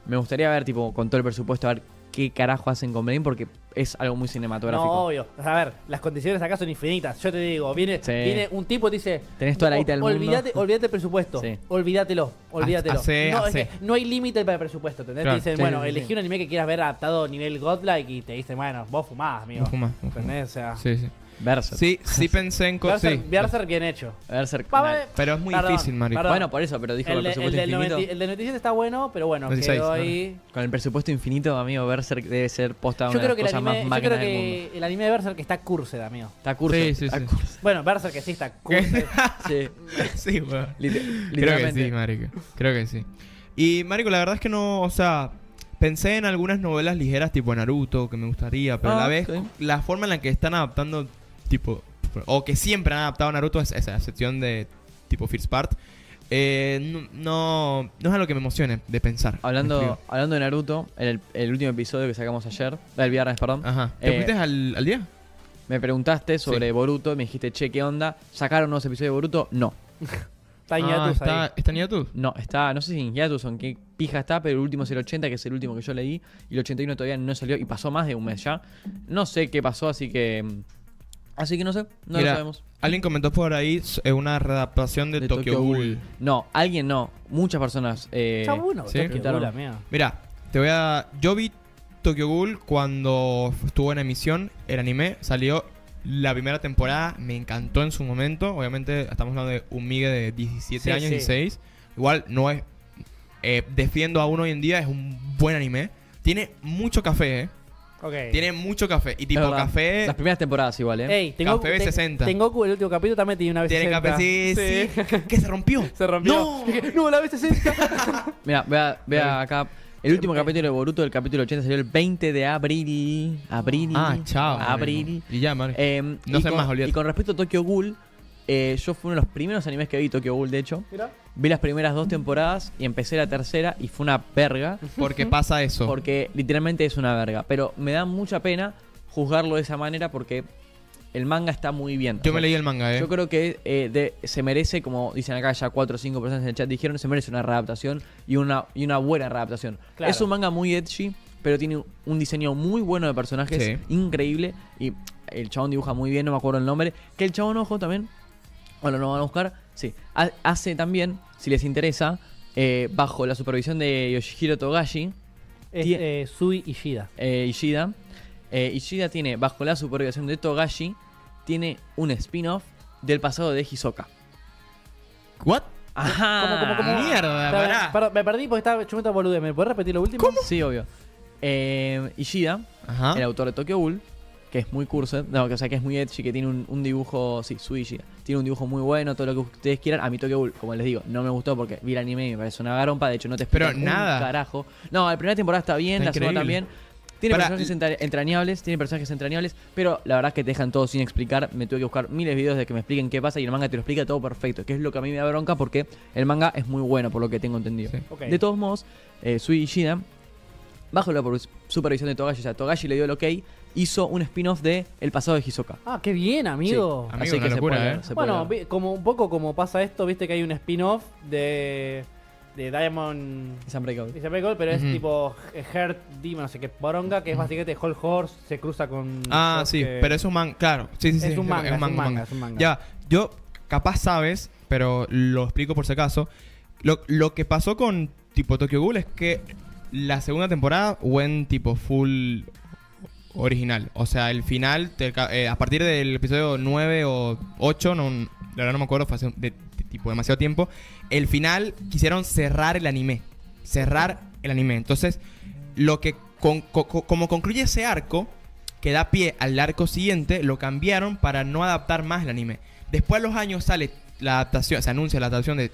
Me gustaría ver, tipo, con todo el presupuesto, a ver qué carajo hacen con Blame, porque es algo muy cinematográfico. No, obvio. A ver, las condiciones acá son infinitas. Yo te digo, viene, Sí. viene un tipo y te dice... Tenés toda la "O- guita del olvídate, mundo". Olvídate el presupuesto. Sí. Olvídatelo. Olvídatelo. hace- no, es hace. que no hay límite para el presupuesto. ¿entendés? Claro, te dicen, sí, bueno, sí, sí. elegí un anime que quieras ver adaptado a nivel godlike y te dicen, bueno, vos fumás, amigo. Vos fumás, vos ¿Entendés? O sea... Sí, sí. Berserk. Sí, sí pensé en cosas. Berserk, Berserk bien hecho. Berserk. Va, nah. va, Pero es muy Perdón, difícil, marico. perdón. Bueno, por eso, pero dijo el, con de- el el presupuesto del infinito. 90 el del 97 está bueno, pero bueno, 96, quedó vale. ahí... Con el presupuesto infinito, amigo, Berserk debe ser posta Yo una de creo las que, el cosas anime, más yo máquinas creo del mundo. que el anime de Berserk está cursed, amigo. Está curso. Sí, sí, está sí. curso. Bueno, Berserk sí está cursed. Sí. sí, weón. Liter- Creo que literalmente. sí, marico. Creo que sí. Y, marico, la verdad es que no, o sea, pensé en algunas novelas ligeras tipo Naruto, que me gustaría, pero a Ah, la vez, sí. la forma en la que están adaptando, tipo, o que siempre han adaptado a Naruto, es esa excepción de tipo First Part, eh, no, no, no es algo que me emocione de pensar. ¿me Hablando, explico? hablando de Naruto, el, el último episodio que sacamos ayer, eh, el viernes, perdón, Ajá. ¿Te Eh, fuiste al, al día? me preguntaste sobre Boruto, me dijiste, che, ¿qué onda? ¿Sacaron nuevos episodios de Boruto? No, Está en Ah, hiatus ahí. eh, ¿Está, está en hiatus? no, está, no sé si en hiatus o en qué pija está, pero el último es el 80, que es el último que yo leí, y el 81 todavía no salió y pasó más de un mes ya. No sé qué pasó, así que. mm, Así que no sé, no Mira, lo sabemos. Alguien comentó por ahí eh, una readaptación de, De Tokyo, Tokyo Ghoul. Ghoul. No, alguien no, muchas personas. eh, Está bueno, sí, Tokyo Ghoul, quitaron. amigo. Mira, te voy a. Yo vi Tokyo Ghoul cuando estuvo en emisión el anime. Salió la primera temporada, me encantó en su momento. Obviamente, estamos hablando de un Migue de 17 Sí, años, sí. 16. Igual no es. eh, defiendo a uno hoy en día, es un buen anime. Tiene mucho café, ¿eh? Ok. Tiene mucho café. Y es tipo verdad. café. Las primeras temporadas igual, ¿eh? Ey, tengo Café B60. Tengoku, el último capítulo también tiene una B60. Tiene café, sí, sí. Que se rompió. Se rompió. ¡No! Dije, No, la B60. Mira, vea, vea acá. El último capítulo de Boruto, el capítulo 80, salió el 20 de abril. Abril. Ah, chao. Abril. marico. Y ya, madre. Eh, No y sé con- más, olvídate. Y con respecto a Tokyo Ghoul, eh, yo fui uno de los primeros animes que vi Tokyo Ghoul, de hecho. Mira. Vi las primeras dos temporadas y empecé la tercera y fue una verga. Porque pasa eso. Porque literalmente es una verga. Pero me da mucha pena juzgarlo de esa manera porque el manga está muy bien. Yo O me sea, leí el manga, ¿eh? yo creo que eh, de- se merece, como dicen acá ya 4 o 5 personas en el chat dijeron, se merece una readaptación y una, y una buena readaptación. Claro. Es un manga muy edgy, pero tiene un diseño muy bueno de personajes, Sí. increíble. Y el chabón dibuja muy bien, no me acuerdo el nombre. Que el chabón, ojo, también, bueno, lo van a buscar, sí. Ha- Hace también, si les interesa, eh, bajo la supervisión de Yoshihiro Togashi, Es Tien- eh, Sui Ishida. eh, Ishida. Eh, Ishida tiene, bajo la supervisión de Togashi, tiene un spin-off del pasado de Hisoka. ¿What? Ajá. ¿Cómo, cómo, cómo? Mierda, Está bien, pará. perdón, me perdí porque estaba yo me estaba boludez. ¿Me puedes repetir lo último? Sí, obvio. Eh, Ishida, Ajá. el autor de Tokyo Ghoul, que es muy cursed, no, que, o sea, que es muy edgy, que tiene un, un dibujo, sí, su Ishida, tiene un dibujo muy bueno, todo lo que ustedes quieran. A mí Tokyo Ghoul, como les digo, no me gustó porque vi el anime y me pareció una garompa, de hecho no te Pero explican nada. un carajo. No, la primera temporada está bien, Está la segunda increíble. también. Tiene Pará, personajes entra- entrañables, tiene personajes entrañables, pero la verdad es que te dejan todo sin explicar. Me tuve que buscar miles de videos de que me expliquen qué pasa y el manga te lo explica todo perfecto, que es lo que a mí me da bronca porque el manga es muy bueno, por lo que tengo entendido. Sí. Ok. De todos modos, eh, Sui Ishida bajo la pru- supervisión de Togashi, o sea, Togashi le dio el ok, hizo un spin-off de El pasado de Hisoka. Ah, qué bien, amigo. Sí. Amigo, una locura, puede ¿eh? ver, se puede Bueno, ver. vi- como un poco como pasa esto, viste que hay un spin-off de, de Diamond. Es Unbreakable. Dice Michael, pero es Ujú. tipo Heart Demon, no sé qué poronga, que es básicamente Whole Horse, se cruza con. Ah, con sí, que- pero es un manga, claro. Sí, sí, sí, Es un manga, es un un manga, es un manga. Ya, yo capaz sabes, pero lo explico por si acaso. Lo, lo que pasó con tipo Tokyo Ghoul es que la segunda temporada buen tipo full original. O sea, el final, te ca- eh, a partir del episodio 9 o 8, no, la verdad no me acuerdo, fue hace un- de- de- tipo demasiado tiempo. El final quisieron cerrar el anime. Cerrar el anime. Entonces, lo que con- co- co- como concluye ese arco, que da pie al arco siguiente, lo cambiaron para no adaptar más el anime. Después de los años sale la adaptación, se anuncia la adaptación de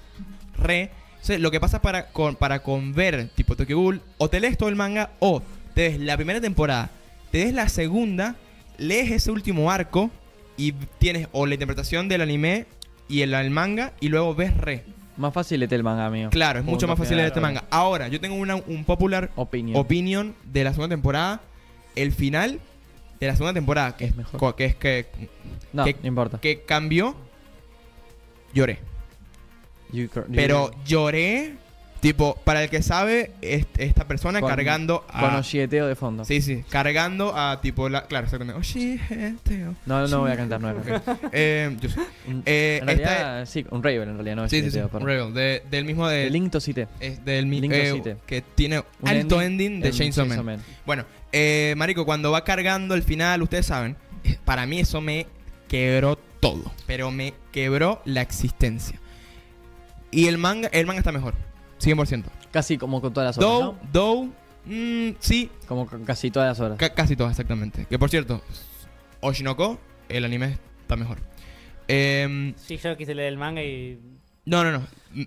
Re. Entonces, lo que pasa para con, para con ver tipo Tokyo Ghoul, o te lees todo el manga, o te des la primera temporada, te des la segunda, lees ese último arco y tienes o la interpretación del anime y el, el manga y luego ves Re. Más fácil leer el manga, amigo. Claro, es mucho más fácil leer este claro. manga. Ahora, yo tengo una, un popular Opinión. opinión de la segunda temporada. El final de la segunda temporada, que Es es mejor. co- Que es que, no, que- no importa. que cambió. Lloré. You cor- you- Pero lloré. Tipo, para el que sabe, est- esta persona Con- cargando a. Con Oshieteo de fondo. sí, sí. Cargando a tipo la. Claro, exactamente. Oh, Oye, gente, oh. No, no, no voy a cantar, no voy a cantar. Eh, yo sé. Un- Eh, en esta realidad, sí, un Raven en realidad, no Sí, sí, sí. Oshieteo, perdón. Rebel, de- del mismo de. El Link to Cite. es del mi- Link eh, 2-7. que tiene Un alto ending ending, de en Chainsaw Man. Man. Bueno, eh, Marico, cuando va cargando el final, ustedes saben, para mí eso me quebró todo. Pero me quebró la existencia. Y el manga, el manga está mejor. 100%. Casi como con todas las obras, Dow, Dow, mm, sí, ¿no? Como con casi todas las obras. ca- casi todas exactamente. Que por cierto, Oshinoko, el anime está mejor. Em, Sí, yo quise leer el manga y. no, no, no. Mm,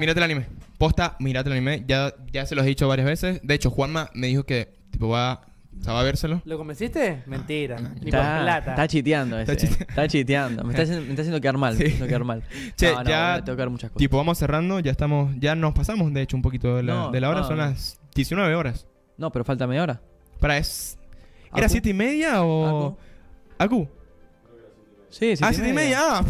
Mírate el anime. Posta, mírate el anime. Ya, ya se los he dicho varias veces. De hecho, Juanma me dijo que tipo va, o sea, va a vérselo. ¿Lo convenciste? Mentira. Ni por Ah, Está, plata. está chiteando ese. eh. Está Está, chite- chiteando. Me está, haciendo, me está haciendo quedar mal. Sí. me está haciendo quedar mal. Che, no, no, ya- tengo que ver muchas cosas. Tipo, vamos cerrando, ya estamos, ya nos pasamos de hecho un poquito de la, No, de la hora, no, son no. las 19 horas. No, pero falta media hora. Para es. ¿Era Acu. 7 y media o.? ¿Acu? Sí, ah, 7 y media, ah.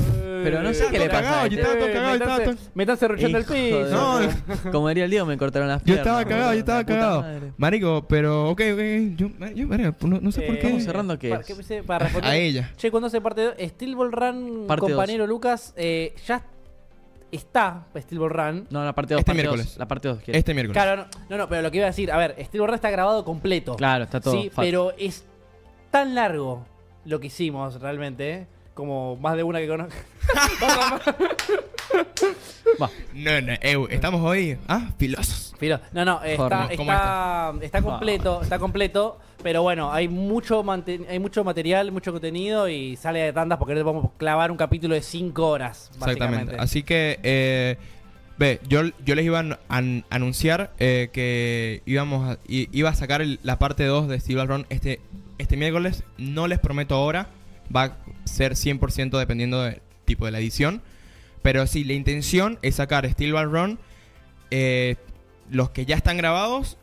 Pero no sé Estaba qué le todo pasa. a cagado, este. yo estaba todo Eh, cagado, estaba meterse- todo- Meterse ruchando el Hijo piso. de- No, no. Como diría el Diego, me cortaron las Yo piernas. estaba cagado, yo estaba La puta cagado. madre. Marico, pero, ok, ok. Yo, yo verga, no, no sé por Eh, qué. Estamos cerrando, ¿qué para- es? puse? Para responder. A ella. Che, cuando hace parte 2? Steel Ball Run, Parte compañero Lucas, eh, ya está Steel Ball Run. No, la parte 2. Este parte miércoles. dos, La parte 2. Este miércoles. Claro, no, no, no, pero lo que iba a decir, a ver, Steel Ball Run está grabado completo. Claro, está todo. Sí, falta. pero es tan largo lo que hicimos realmente, ¿eh? como más de una que conozco. Va. No, no, eh, estamos hoy, ah, filosos. Pero, no, no, está, Jorge, ¿cómo Ah. está, está completo, está completo, pero bueno, hay mucho manten- hay mucho material, mucho contenido y sale de tandas porque no le vamos a clavar un capítulo de 5 horas, básicamente. Exactamente. Así que, eh, ve, yo, yo les iba a an- an- anunciar eh, que íbamos a- i- iba a sacar el- la parte 2 de Steve Run este, este miércoles. No les prometo ahora, va a ser 100% dependiendo del tipo de la edición. Pero sí, la intención es sacar Steel Ball Run, eh, los que ya están grabados,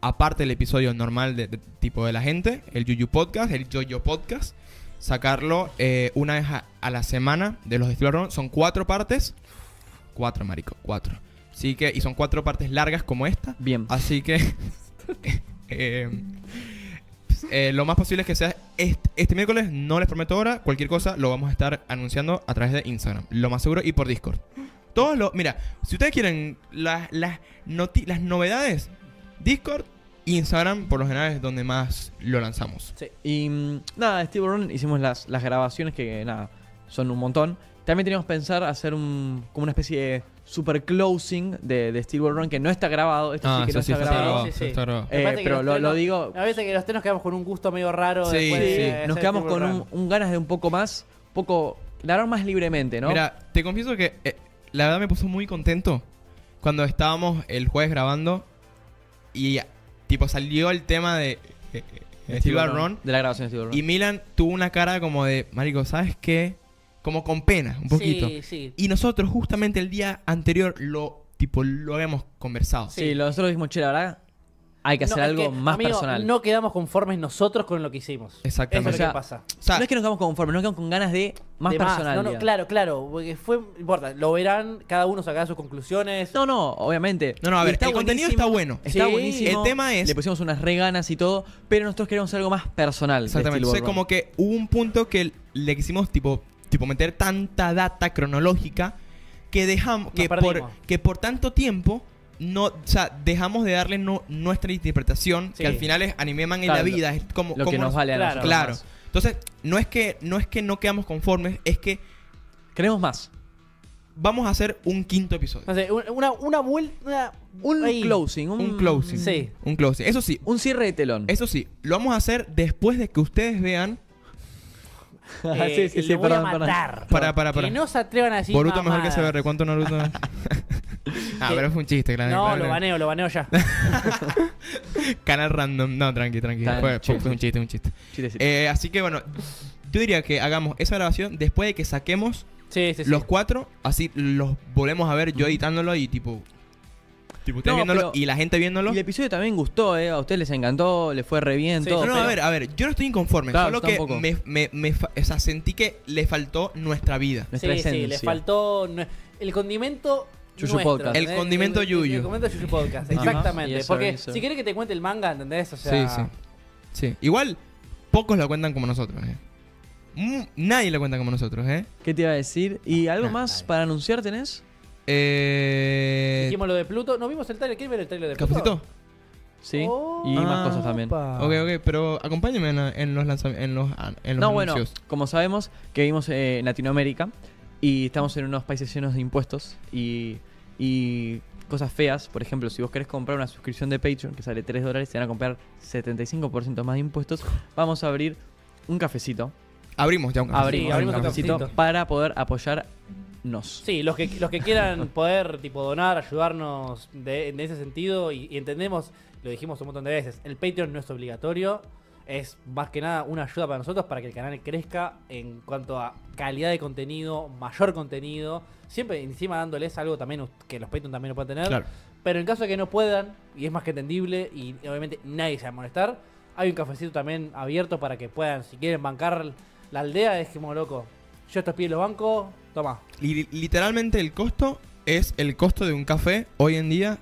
aparte del episodio normal de, de- tipo de la gente, el Yuyu Podcast, el Jojo Podcast, sacarlo eh, una vez a, a la semana de los de Steel Ball Run. Son cuatro partes. Cuatro, marico, cuatro. Así que, y son cuatro partes largas como esta. Bien. Así que. eh, eh, lo más posible es que sea este, este miércoles. No les prometo ahora. Cualquier cosa lo vamos a estar anunciando a través de Instagram. Lo más seguro y por Discord. Todos los. Mira, si ustedes quieren las, las, noti- las novedades, Discord, Instagram, por lo general es donde más lo lanzamos. Y mm, nada, Steve Run hicimos las, las grabaciones que nada, son un montón. También teníamos que pensar hacer un, como una especie de super closing de, de Steve Run que no está grabado. Esto Ah, sí que no está está grabado. grabado. sí, sí. está grabado. Me Eh, parece que pero los lo- tres lo no- digo- A veces que los tres nos quedamos con un gusto medio raro. Sí, después de sí. hacer este Nos quedamos Steel Ball con Run. un, un ganas de un poco más, poco, largar más libremente, ¿no? Mira, te confieso que eh, la verdad me puso muy contento cuando estábamos el jueves grabando y tipo salió el tema de eh, eh, Steve Barron De la grabación de Steve Run. y Milan tuvo una cara como de, marico, ¿sabes qué? Como con pena, un poquito. Sí, sí. Y nosotros justamente el día anterior lo tipo lo habíamos conversado. Sí, lo- nosotros dijimos, che, la verdad, hay que hacer No, es algo que, más amigo, personal. No quedamos conformes nosotros con lo que hicimos. Eso Exactamente. es O lo sea, que pasa. O sea, no es que nos quedamos conformes, nos quedamos con ganas de más De personal. No, no, digamos. claro, claro. Porque fue. no Importa, lo verán, cada uno sacará sus conclusiones. No, no, obviamente. No, no, a Y ver, está el contenido buenísimo, está bueno. Está Sí. buenísimo. El tema es- Le pusimos unas reganas y todo, pero nosotros queremos algo más personal. de Exactamente. Steel Entonces, Ballroom. como que hubo un punto que le quisimos tipo, tipo meter tanta data cronológica que dejamos que por, perdimos. que por tanto tiempo no, o sea, dejamos de darle no- nuestra interpretación, Sí. que al final es anime man en Claro, la vida, es como Lo como que nos vale a Claro. nosotros Claro. más. Entonces, no es que no es que no quedamos conformes, es que Queremos más. vamos a hacer un quinto episodio. No sé, un- una, una vuelta. Un ahí. eh, closing. Un, Un closing. Sí. Un closing. Eso sí, Un cierre de telón. eso sí, lo vamos a hacer después de que ustedes vean Eh, lo voy a matar. para para para Que no se atrevan a decir. Boruto mejor que se mamadas. ve ¿Cuánto Naruto? ah, pero fue un chiste, claro. No, claro, lo claro. baneo, lo baneo ya. Canal random. No, tranqui, tranqui. Tan Fue, fue- fue un chiste, un chiste. Eh, así que bueno, yo diría que hagamos esa grabación después de que saquemos Sí, sí, sí. los cuatro, así los volvemos a ver yo editándolo y tipo. Tipo, ustedes No, viéndolo pero- y la gente viéndolo. Y el episodio también gustó, ¿eh? A ustedes les encantó, les fue re bien, Sí, todo. No, no, a pero- ver, a ver, yo no estoy inconforme, Claro, solo yo que tampoco. me, me, me fa- o sea, sentí que le faltó nuestra vida. Nuestra sí, sí, esencia. le faltó nue- el condimento Yuyu nuestro, Podcast. El ¿entendés? condimento el, yuyu. El condimento Yuyu Podcast, Ajá. exactamente. Y eso, Porque eso. si quieres que te cuente el manga, ¿entendés? O sea, Sí, sí. Sí. Igual, pocos lo cuentan como nosotros, eh. Mm, nadie lo cuenta como nosotros, eh. ¿Qué te iba a decir? ¿Y algo Ah, más dale. para anunciar tenés? Eh. dijimos lo de Pluto. ¿No vimos el trailer? ¿Quieres ver el trailer de Pluto? ¿Cafecito? Sí. Oh, y más cosas opa. también. Ok, ok, pero acompáñenme en, en los lanzamientos. En los, an- en los No, bueno, anuncios. como sabemos que vivimos eh, en Latinoamérica y estamos en unos países llenos de impuestos y, y cosas feas. Por ejemplo, si vos querés comprar una suscripción de Patreon que sale 3 dólares, te van a comprar 75% más de impuestos. Vamos a abrir un cafecito. Abrimos ya un cafecito. Abrí, Abrimos, abrimos un un cafecito, cafecito. para poder apoyarnos. Sí, los que, los que quieran poder tipo donar, ayudarnos de, en ese sentido, y, y entendemos, lo dijimos un montón de veces, el Patreon no es obligatorio, es más que nada una ayuda para nosotros para que el canal crezca en cuanto a calidad de contenido, mayor contenido, siempre encima dándoles algo también us- que los Patreon también lo pueden tener, Claro. pero en caso de que no puedan, y es más que entendible, y obviamente nadie se va a molestar, hay un cafecito también abierto para que puedan, si quieren bancar la aldea, es como loco. Yo estos pies los banco, toma. Y literalmente el costo es el costo de un café hoy en día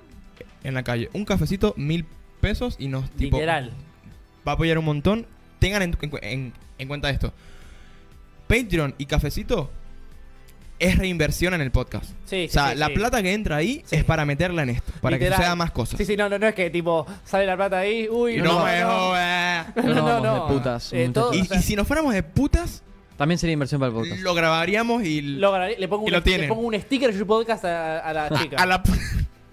en la calle. Un cafecito, mil pesos y nos tipo, Literal. va a apoyar un montón. Tengan en, en cu- en- en cuenta esto. Patreon y cafecito es reinversión en el podcast. Sí, sí, o sea, sí, la sí. plata que entra ahí Sí. es para meterla en esto, para Literal. que suceda más cosas. Sí, sí, no, no, no es que tipo sale la plata ahí, uy, Y no, me jodas. No, No, vamos no. de putas, Eh, muchachos. todo- Y, o sea- y si nos fuéramos de putas, También sería inversión para el podcast. lo grabaríamos y l- Lo agarraré, le, pongo Y un, lo le tienen. Ah, pongo un sticker de su podcast a, a la chica, a la p-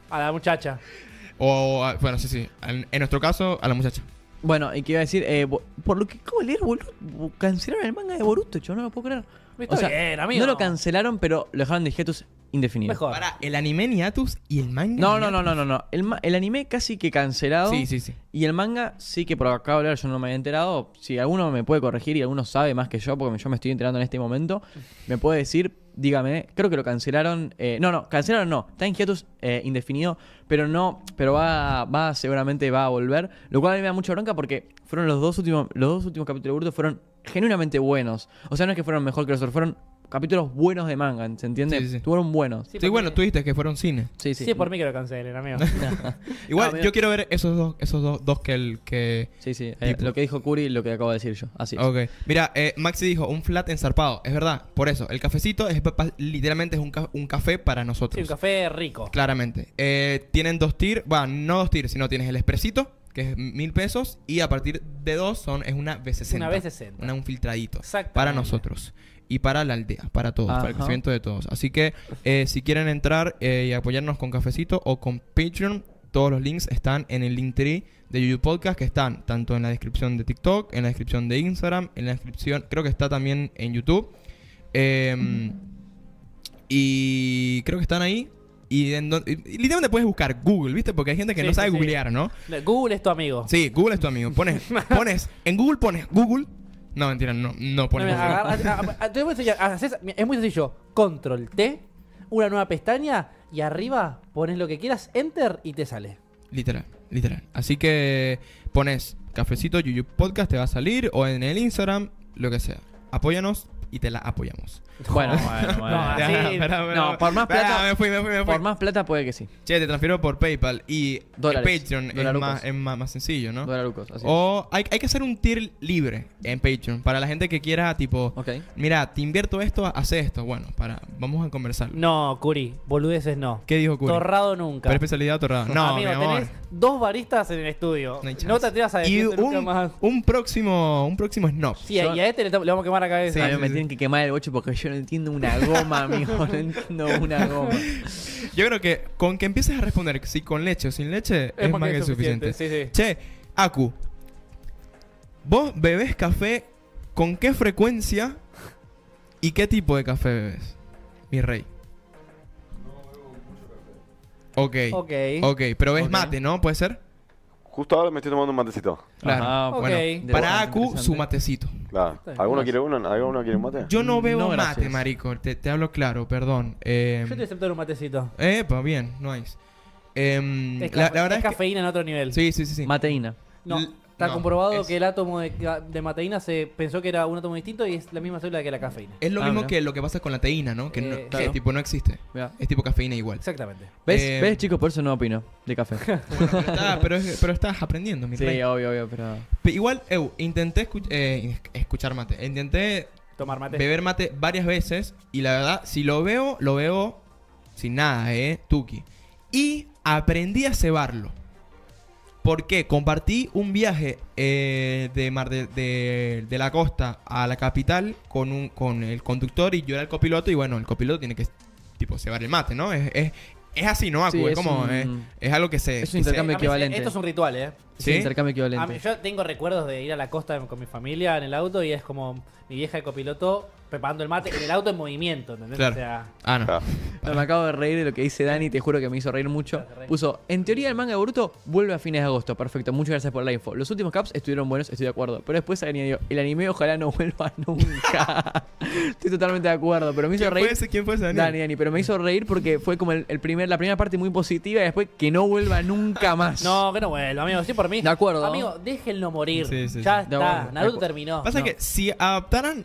a la muchacha. o a- bueno, sí, sí, en, en nuestro caso a la muchacha. Bueno, y que iba a decir, eh, bo- por lo que acabo de leer, boludo, cancelaron el manga de Boruto, yo no lo puedo creer. Está bien, amigo. No lo cancelaron, pero lo dejaron de hiatus indefinido. Mejor. Para el anime Niatus y el manga. No, no, no, no, no, no. El, ma- el anime casi que cancelado. Sí, sí, sí. Y el manga sí que por acá hablar yo no me había enterado. Si alguno me puede corregir y alguno sabe más que yo, porque yo me estoy enterando en este momento, me puede decir, dígame, creo que lo cancelaron. eh, no, no, cancelaron no. Está en hiatus eh, indefinido, pero no, pero va, va, seguramente va a volver. Lo cual a mí me da mucha bronca porque fueron los dos últimos, los dos últimos capítulos de Boruto fueron genuinamente buenos. O sea, no es que fueron mejor que los otros, fueron capítulos buenos de manga, ¿se entiende? Sí, sí, sí. Fueron buenos. Sí, por bueno, mí- tú dijiste que fueron cine. Sí, sí, sí. por mí que lo cancelen, amigo. Igual, Ah, bien. yo quiero ver esos dos, esos dos, dos que el que. Sí, sí. eh, Tipo. lo que dijo Curi, lo que acabo de decir yo. Así. es. Ok. Mira, eh, Maxi dijo un flat ensarpado. Es verdad. Por eso, el cafecito es pa- pa- literalmente es un, ca- un café para nosotros. sí, un café rico. Claramente. Eh, tienen dos tier, va, no dos tier, sino tienes el expresito, que es mil pesos, y a partir de dos son, es una B60. Una B60. Una- un filtradito. Exactamente. Para nosotros. Y para la aldea, para todos, para Ajá. el crecimiento de todos. Así que eh, si quieren entrar eh, y apoyarnos con cafecito o con Patreon, todos los links están en el link tree de YouTube Podcast, que están tanto en la descripción de TikTok, en la descripción de Instagram, en la descripción, creo que está también en YouTube. Em, y creo que están ahí. Y, en don- y- y literalmente puedes buscar Google, ¿viste? Porque hay gente que Sí, no sabe sí, sí. googlear, ¿no? Google es tu amigo. Sí, Google es tu amigo. Pones, pones, en Google pones Google. No, mentira, no, no No, pones mira, Google. agarra- a- a- te voy a enseñar, ah, haces- mira, es muy sencillo. Control T, una nueva pestaña y arriba pones lo que quieras, enter y te sale. Literal. literal. Así que pones cafecito Yuyu Podcast, te va a salir, o en el Instagram, lo que sea. Apóyanos y te la apoyamos. Bueno, bueno. Ya, Sí. espera, espera, Ah, No, espera. por más Espera, plata- me fui, me fui, me fui. por más plata puede que sí. Che, te transfiero por PayPal y Dólares, Patreon es, dolarucos. más, es más, más sencillo, ¿no? Oh. Dolarucos, así es. O hay, hay que hacer un tier libre en Patreon para la gente que quiera, tipo, Ok. mira, te invierto esto, hace esto. Bueno, para, vamos a conversarlo. No, Curi, boludeces no. ¿Qué dijo Curi? Torrado nunca. Pero especialidad torrada. No, Amigo, mi amor. tenés dos baristas en el estudio. No hay No, chance. te atrevas a y decir nunca más. un, un próximo, un próximo snob. Sí, y a este le, estamos- le vamos a quemar la cabeza. Sí, A mí sí, me sí. tienen que quemar el bocho porque yo no entiendo una goma, amigo. No entiendo una goma. Yo creo que con que empieces a responder si con leche o sin leche es, más que suficiente. Sí, sí. Che, Aku, vos bebés café con qué frecuencia y qué tipo de café bebes, mi rey. No bebo mucho Ok. café. Ok. Ok, pero ves Ok. mate, ¿no? ¿Puede ser? Justo ahora me estoy tomando un matecito. Claro. Ajá, Ok. bueno, para Aku, su matecito. Claro. Está bien. ¿Alguno Más. quiere uno? ¿Alguno quiere un mate? Yo no Mm, No, bebo mate, gracias. marico. Te, te hablo claro, perdón. Eh, Yo te acepto un matecito. epa, bien, nice. Em, Es, la, cafe- la verdad es es que... cafeína en otro nivel. Sí, sí, sí, sí. Mateína. No, L- está no, comprobado es- que el átomo de, ca- de mateína se pensó que era un átomo distinto y es la misma célula que la cafeína. Es lo Ah, mismo mira. que lo que pasa con la teína, ¿no? Que, no- Eh, que claro. tipo no existe. Mirá. Es tipo cafeína igual. Exactamente. ¿Ves? Eh, ¿Ves, chicos? Por eso no opino de café. Bueno, pero, está- pero es- pero estás aprendiendo, mi rey. sí, obvio, obvio, pero. Pe- Igual, eu, intenté escu- eh, esc- escuchar mate. Intenté Tomar mate. Eh, beber mate varias veces y la verdad, si lo veo, lo veo sin nada, ¿eh? Tuki. Y aprendí a cebarlo. ¿Por qué? Compartí un viaje eh, de, Mar de, de- de la costa a la capital con, un, con el conductor y yo era el copiloto y bueno, el copiloto tiene que tipo cebar el mate, ¿no? Es, es, es así, ¿no? Aku? Sí, es, es como... un- eh, es algo que se... es un que se- A mí intercambio se- equivalente. Esto es un ritual, ¿eh? Sí, ¿Sí? Ah, intercambio A equivalente. mí- Ah, yo tengo recuerdos de ir a la costa con mi familia en el auto y es como mi vieja de copiloto preparando el mate en el auto en movimiento, ¿entendés? Claro. O sea, Ah, no. Claro. No, me acabo de reír de lo que dice Dani, te juro que me hizo reír mucho. Puso, en teoría el manga de Boruto vuelve a fines de agosto. Perfecto, muchas gracias por la info. Los últimos caps estuvieron buenos, estoy de acuerdo. Pero después añadió, el anime ojalá no vuelva nunca. estoy totalmente de acuerdo, pero me hizo ¿Quién fue reír. ese? ¿Quién fue ese, Daniel? Dani, Dani, pero me hizo reír porque fue como el, el primer, la primera parte muy positiva y después que no vuelva nunca más. no, que no vuelva, amigo. Sí, por mí. De acuerdo. Amigo, déjenlo morir. Sí, sí, ya sí. De está. acuerdo. Naruto De acu- terminó. Pasa Oh, No. que si adaptaran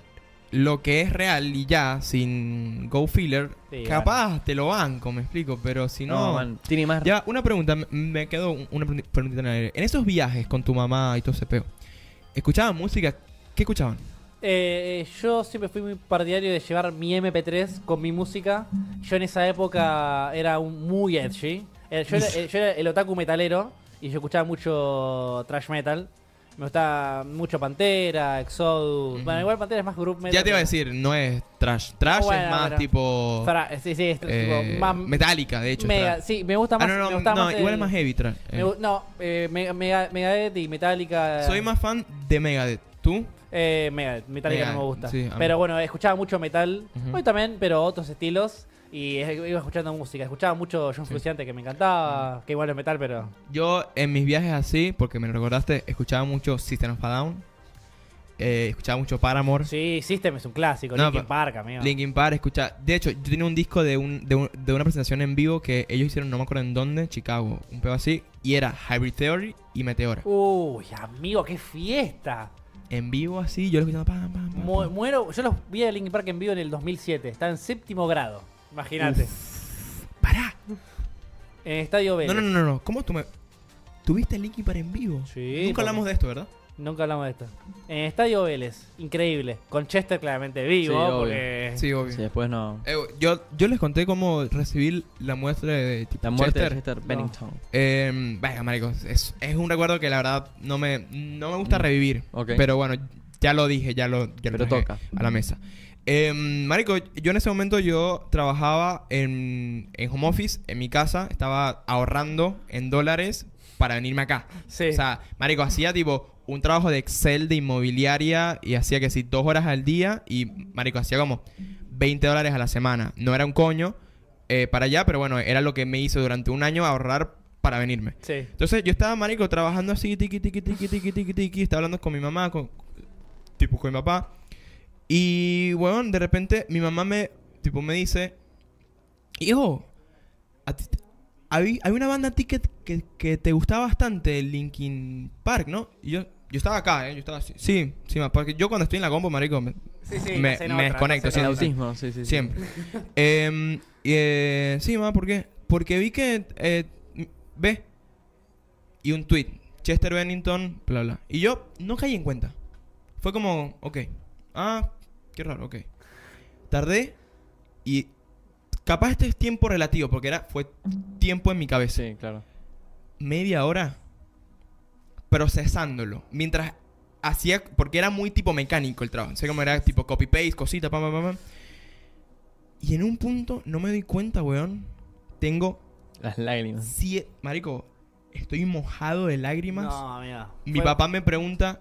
lo que es real y ya, sin go filler, Sí, capaz te lo banco, me explico, pero si no... No, man, tiene más. Ya, una pregunta, m- me quedó un- una pregunti- preguntita en el aire. En esos viajes con tu mamá y todo ese peo, ¿escuchaban música? ¿Qué escuchaban? Eh, eh, yo siempre fui muy partidario de llevar mi MP3 con mi música. Yo en esa época era un muy edgy. Eh, yo, era, eh, yo era el otaku metalero y yo escuchaba mucho trash metal. Me gustaba mucho Pantera, Exodus. Bueno, igual Pantera es más group metal. ya te iba a pero- decir, no es trash. Trash Bueno, es más pero- tipo... Fra- sí, sí, es Oh. eh, tipo, más metálica, de hecho. es mega- trash. sí, me gusta Ah, más. no, me no, gustaba no, más igual el- es más heavy trash. eh. me gu- no, eh, Mega- Mega- Megadeth y Metallica. Soy más fan de Megadeth. ¿Tú? Eh, Megadeth, Metallica Megadeth, no me gusta. sí, a mí. pero bueno, escuchaba mucho metal. Ujú. Hoy también, pero otros estilos. Y eh, iba escuchando música. Escuchaba mucho John Frusciante, que me encantaba. Que igual es metal, pero. Yo en mis viajes así, porque me lo recordaste, escuchaba mucho System of a Down, eh, escuchaba mucho Paramore, Sí, System es un clásico. No, Linkin pero- Park, amigo. Linkin Park, escuchaba... De hecho, yo tenía un disco de, un, de, un- de una presentación en vivo que ellos hicieron, no me acuerdo en dónde, Chicago, un pedo así, y era Hybrid Theory y Meteora. Uy, amigo, qué fiesta. En vivo así, yo lo escuchaba pam, pam, pam, Mu- pam. muero. Yo los vi a Linkin Park en vivo en el 2007. Está en séptimo grado. Imagínate. ¡Pará! En el Estadio B. No, no, no, no, no, ¿cómo tú me...? ¿Tuviste Linkin Park en vivo? Sí, Nunca hablamos porque- de esto, ¿verdad? Nunca hablamos de esto. En el Estadio Vélez, increíble. Con Chester claramente vivo, Sí, obvio. porque. Sí, obvio. Eh, Sí, después no. Eh, yo, yo les conté cómo recibí la muestra de tipo, La muerte Chester. de Chester Bennington. Eh, vaya, marico, es, es un recuerdo que la verdad no me, no me gusta Mm. revivir. Ok. Pero bueno, ya lo dije, ya lo, ya lo Pero traje toca. a la mesa. Eh, marico, yo en ese momento yo trabajaba en, en home office, en mi casa, estaba ahorrando en dólares para venirme acá. Sí. O sea, marico, hacía tipo un trabajo de Excel de inmobiliaria y hacía que sí, dos horas al día y, marico, hacía como 20 dólares a la semana. No era un coño eh, para allá, pero bueno, era lo que me hizo durante un año ahorrar para venirme. Sí. Entonces yo estaba, marico, trabajando así, tiqui, tiqui, tiqui, tiqui, tiqui, tiqui. Estaba hablando con mi mamá, con, tipo, con mi papá. Y, weón, de repente mi mamá me, tipo, me dice, hijo, a ti, Habí- hay una banda a ti que, que- que te gustaba bastante, Linkin Park, ¿no? Y yo, yo estaba acá, ¿eh? Yo estaba así. Sí, sí, más, porque yo cuando estoy en la combo, marico, me, Sí, sí, me, estás en me otra, desconecto. estás en El siempre. autismo, sí, sí. sí. Siempre. Em, y, eh, sí, mamá, ¿por qué? Porque vi que. Eh, ve. Y un tweet. Chester Bennington, bla, bla. Y yo no caí en cuenta. Fue como, ok. Ah, qué raro, ok. Tardé y. Capaz este es tiempo relativo, porque era, fue tiempo en mi cabeza. Sí, claro. Media hora procesándolo. Mientras hacía. Porque era muy tipo mecánico el trabajo. No sé cómo era tipo copy-paste, cosita, pam, pam, pam, pam. Y en un punto no me doy cuenta, weón. Tengo Las lágrimas. siete. Marico, estoy mojado de lágrimas. No, amiga. Mi Fue- papá me pregunta: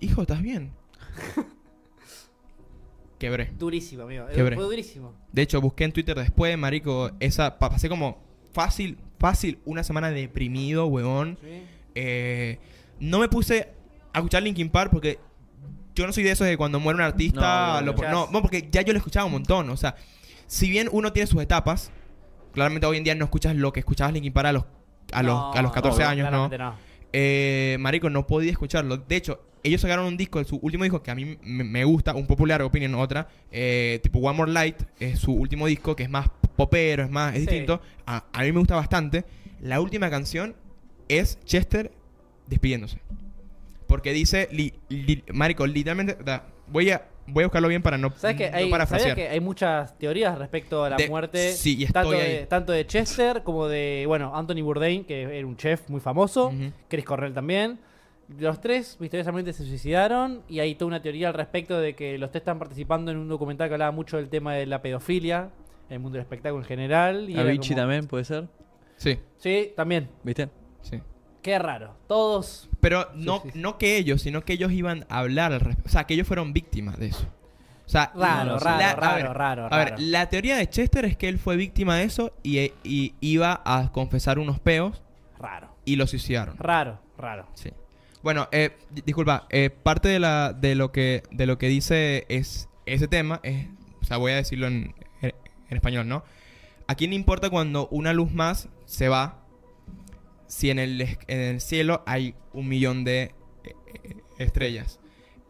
Hijo, ¿estás bien? Quebré. Durísimo, amigo. Quebré. Fue durísimo. De hecho, busqué en Twitter después, marico, esa. pa- Pasé como fácil, fácil, una semana deprimido, weón. Eh, no me puse a escuchar Linkin Park porque yo no soy de esos de cuando muere un artista. No, lo no, po- no. No, no, porque ya yo lo escuchaba un montón. O sea, si bien uno tiene sus etapas, claramente hoy en día no escuchas lo que escuchabas Linkin Park a los, a los, No, a los 14 no, años, ¿no? claramente no. Eh, marico, no podía escucharlo. De hecho, ellos sacaron un disco, su último disco que a mí me, me gusta, un popular opinión, otra, eh, tipo One More Light, es su último disco que es más popero, es más, es Sí. distinto. A, a mí me gusta bastante. La última canción es Chester despidiéndose. Porque dice, li- li- marico, literalmente, da- voy a voy a buscarlo bien para no, ¿Sabes que Mm, no hay, ¿sabías parafrasear. que hay muchas teorías respecto a la De- muerte? sí, y estoy tanto, ahí. De, tanto de Chester como de, bueno, Anthony Bourdain, que era un chef muy famoso, Ujú. Chris Cornell también. Los tres misteriosamente se suicidaron y hay toda una teoría al respecto de que los tres están participando en un documental que hablaba mucho del tema de la pedofilia, en el mundo del espectáculo en general. Y era Avicii como- también puede ser, Sí, Sí, también. ¿viste? sí. Qué raro. Todos. Pero no, sí, sí. no que ellos, sino que ellos iban a hablar al respecto. O sea, que ellos fueron víctimas de eso. O sea, Raro, la- raro, la- raro, a ver, raro, A ver, raro. la teoría de Chester es que él fue víctima de eso y, e- y iba a confesar unos peos Raro. y lo suicidaron. Raro, raro. Sí. Bueno, eh, di- disculpa, eh, parte de, la, de, lo que, de lo que dice es ese tema es, o sea, voy a decirlo en, en- en español, ¿no? ¿A quién le importa cuando una luz más se va si en el, es- en el cielo hay un millón de eh, eh, estrellas?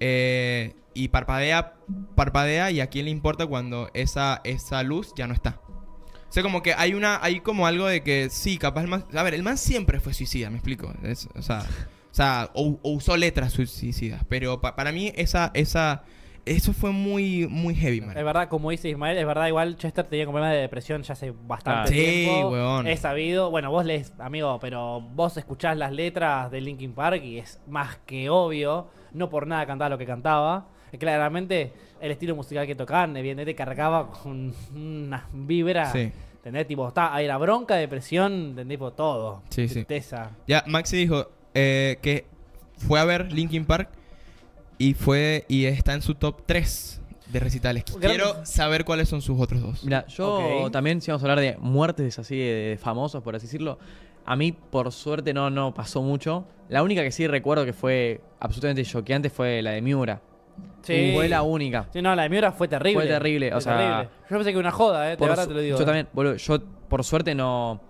Eh, y parpadea, parpadea, y a quién le importa cuando esa, esa luz ya no está. O sea, como que hay una, hay como algo de que sí, capaz el man. A ver, el man siempre fue suicida, me explico. Es- o sea, o, sea, o- o usó letras suicidas. Pero pa- para mí, esa, esa. Eso fue muy, muy heavy, man. Es verdad, como dice Ismael, es verdad, igual Chester tenía problemas de depresión ya hace bastante Ah, sí, tiempo. weón. Es sabido. Bueno, vos lees, amigo, pero vos escuchás las letras de Linkin Park y es más que obvio. No por nada cantaba lo que cantaba. Eh, Claramente, el estilo musical que tocaban, evidentemente, cargaba con una vibra. Sí. ¿Entendés? Tipo, está, ahí era bronca, depresión, ¿entendés? Tipo, todo. Sí, sí. Tristeza. Ya, Maxi dijo eh, que fue a ver Linkin Park y fue. Y está en su top 3 de recitales. Gran- Quiero saber cuáles son sus otros dos. Mira, yo Ok. también, si vamos a hablar de muertes así, de, de famosos, por así decirlo, a mí, por suerte, no, no pasó mucho. La única que sí recuerdo que fue absolutamente choqueante fue la de Miura. Sí. Fue la única. Sí, no, la de Miura fue terrible. Fue terrible, o sea- Yo pensé que era una joda, ¿eh? De Por verdad su- te lo digo. Yo eh. también, boludo, yo por suerte no,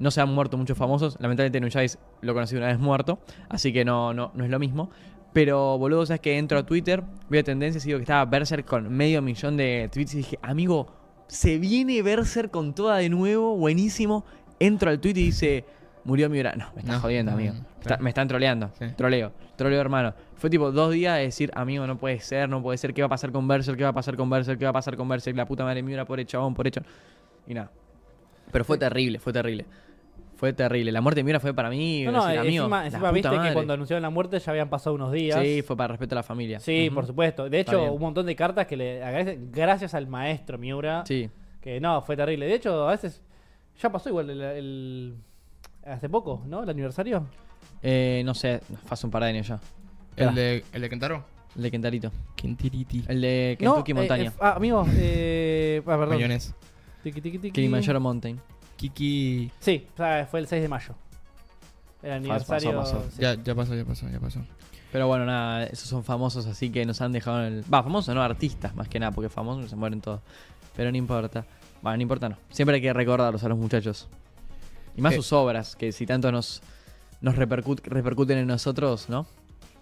no se han muerto muchos famosos. Lamentablemente Nujais lo conocí una vez muerto, así que no, no, no es lo mismo. Pero, boludo, sabes que entro a Twitter, veo tendencias y digo que estaba Berserk con medio millón de tweets y dije, amigo, se viene Berserk con toda de nuevo, buenísimo. Entro al tweet y dice, murió mi hora. No, me está No, jodiendo, no, amigo. no, Está- claro. me están troleando. Sí. Troleo, troleo, hermano. Fue tipo dos días de decir, amigo, no puede ser, no puede ser, ¿qué va a pasar con Berserk? ¿Qué va a pasar con Berserk? ¿Qué va a pasar con Berserk? La puta madre mía, por chabón, por hecho. Y nada. Pero fue terrible, fue terrible. Fue terrible. La muerte de Miura fue para mí. No, no, decir, amigo, encima, la encima puta viste que madre. cuando anunciaron la muerte ya habían pasado unos días. Sí, fue para respeto a la familia. Sí, Ujú. por supuesto. De Está hecho, bien. un montón de cartas que le agradecen gracias al maestro Miura. Sí. Que no, fue terrible. De hecho, a veces ya pasó igual el, el- hace poco, ¿no? El aniversario. Eh, no sé, fue hace un par de años ya. El de, el de Kentaro. El de Kentarito. Kentiriti. El de Kentucky no, eh, Montaña. eh, ah, amigo, eh, ah, perdón. Mayonesa. Tiki, tiki, tiki. Mm. Kilimanjaro Mountain. Kiki. Sí, o sea, fue el 6 de mayo. El aniversario. pasó. sí. Ya, ya pasó, ya pasó, ya pasó. Pero bueno, nada, esos son famosos así que nos han dejado en el. Va, famosos no, artistas más que nada, porque famosos se mueren todos. Pero no importa. Bueno, no importa, no. Siempre hay que recordarlos a los muchachos. Y más Sí. sus obras, que si tanto nos, nos repercu- repercuten en nosotros, ¿no?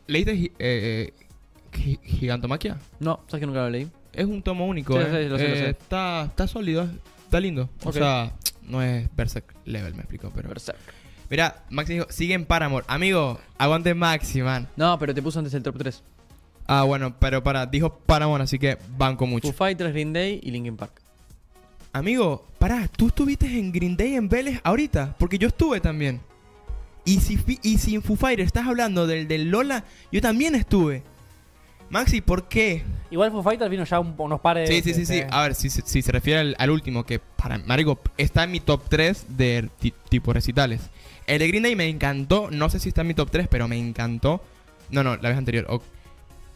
¿Leíste gi- eh, eh, gi- Gigantomaquia? No, sabes que nunca lo leí. Es un tomo único. Sí, lo eh. sé, lo sé, lo Eh, sé. Está, está sólido, está lindo. O Ok. sea, no es Berserk level, me explico. Pero... Mirá, Maxi dijo, sigue en Paramore. Amigo, aguante Maxi, man. No, pero te puso antes el top 3. Ah, bueno, pero para, dijo Paramore, así que banco mucho. Foo Fighters, Green Day y Linkin Park. Amigo, pará, tú estuviste en Green Day en Vélez ahorita, porque yo estuve también. Y si, fi- y si en Foo Fighters estás hablando del, del Lola, yo también estuve. Maxi, ¿por qué? Igual Foo Fighters vino ya un- unos pares. este, Sí, sí, sí, sí. A ver, si, si- si se refiere al, al último, que para Marico está en mi top 3 de ti- tipo recitales. El de Green Day me encantó. No sé si está en mi top 3, pero me encantó. No, no, la vez anterior. O-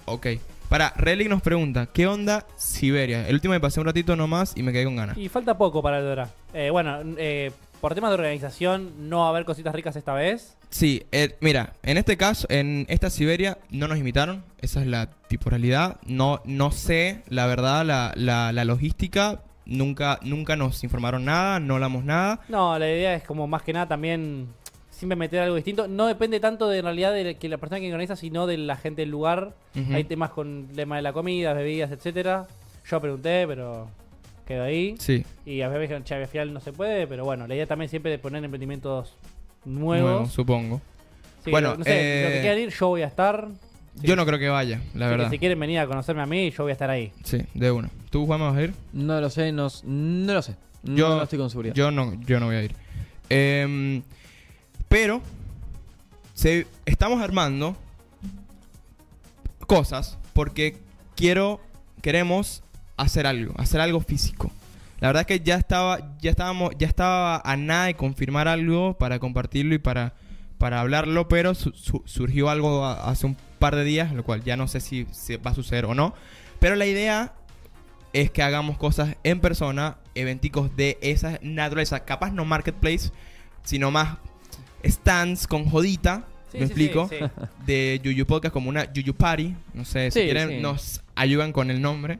ok. Para, Relic nos pregunta, ¿qué onda Siberia? El último me pasé un ratito nomás y me quedé con ganas. Y falta poco para el Dora. Eh, bueno, eh, por temas de organización, no va a haber cositas ricas esta vez. Sí, eh, mira, en este caso, en esta Siberia no nos invitaron, esa es la tipo realidad. No, no sé, la verdad, la, la- la logística, nunca, nunca nos informaron nada, no hablamos nada. No, la idea es como más que nada también siempre meter algo distinto. No depende tanto de en realidad de que la persona que organiza, sino de la gente del lugar. Ujú. Hay temas con tema de la comida, bebidas, etcétera. Yo pregunté, pero quedó ahí. Sí, Y a veces me dijeron, che, al final no se puede, pero bueno, la idea también siempre de poner emprendimientos nuevo, nuevos. supongo. Sí, Bueno, no sé, los eh, que quieran ir, yo voy a estar. Yo no creo que vaya, la Así que verdad. si quieren venir a conocerme a mí, yo voy a estar ahí. Sí, de uno. ¿Tú, Juan, vas a ir? No lo sé, no, s- no lo sé. No Yo- lo estoy con seguridad. Yo no, yo no voy a ir. Em, pero se- estamos armando cosas porque quiero, queremos hacer algo, hacer algo físico. La verdad es que ya estaba, ya estábamos, ya estaba a nada de confirmar algo para compartirlo y para, para hablarlo, pero su- su- surgió algo a- hace un par de días, lo cual ya no sé si, si va a suceder o no. Pero la idea es que hagamos cosas en persona, eventicos de esa naturaleza. Capaz no marketplace, sino más stands con jodita. ¿Me explico? De Yuyu Podcast como una Yuyu Party. No sé, si Sí, quieren sí. nos ayudan con el nombre.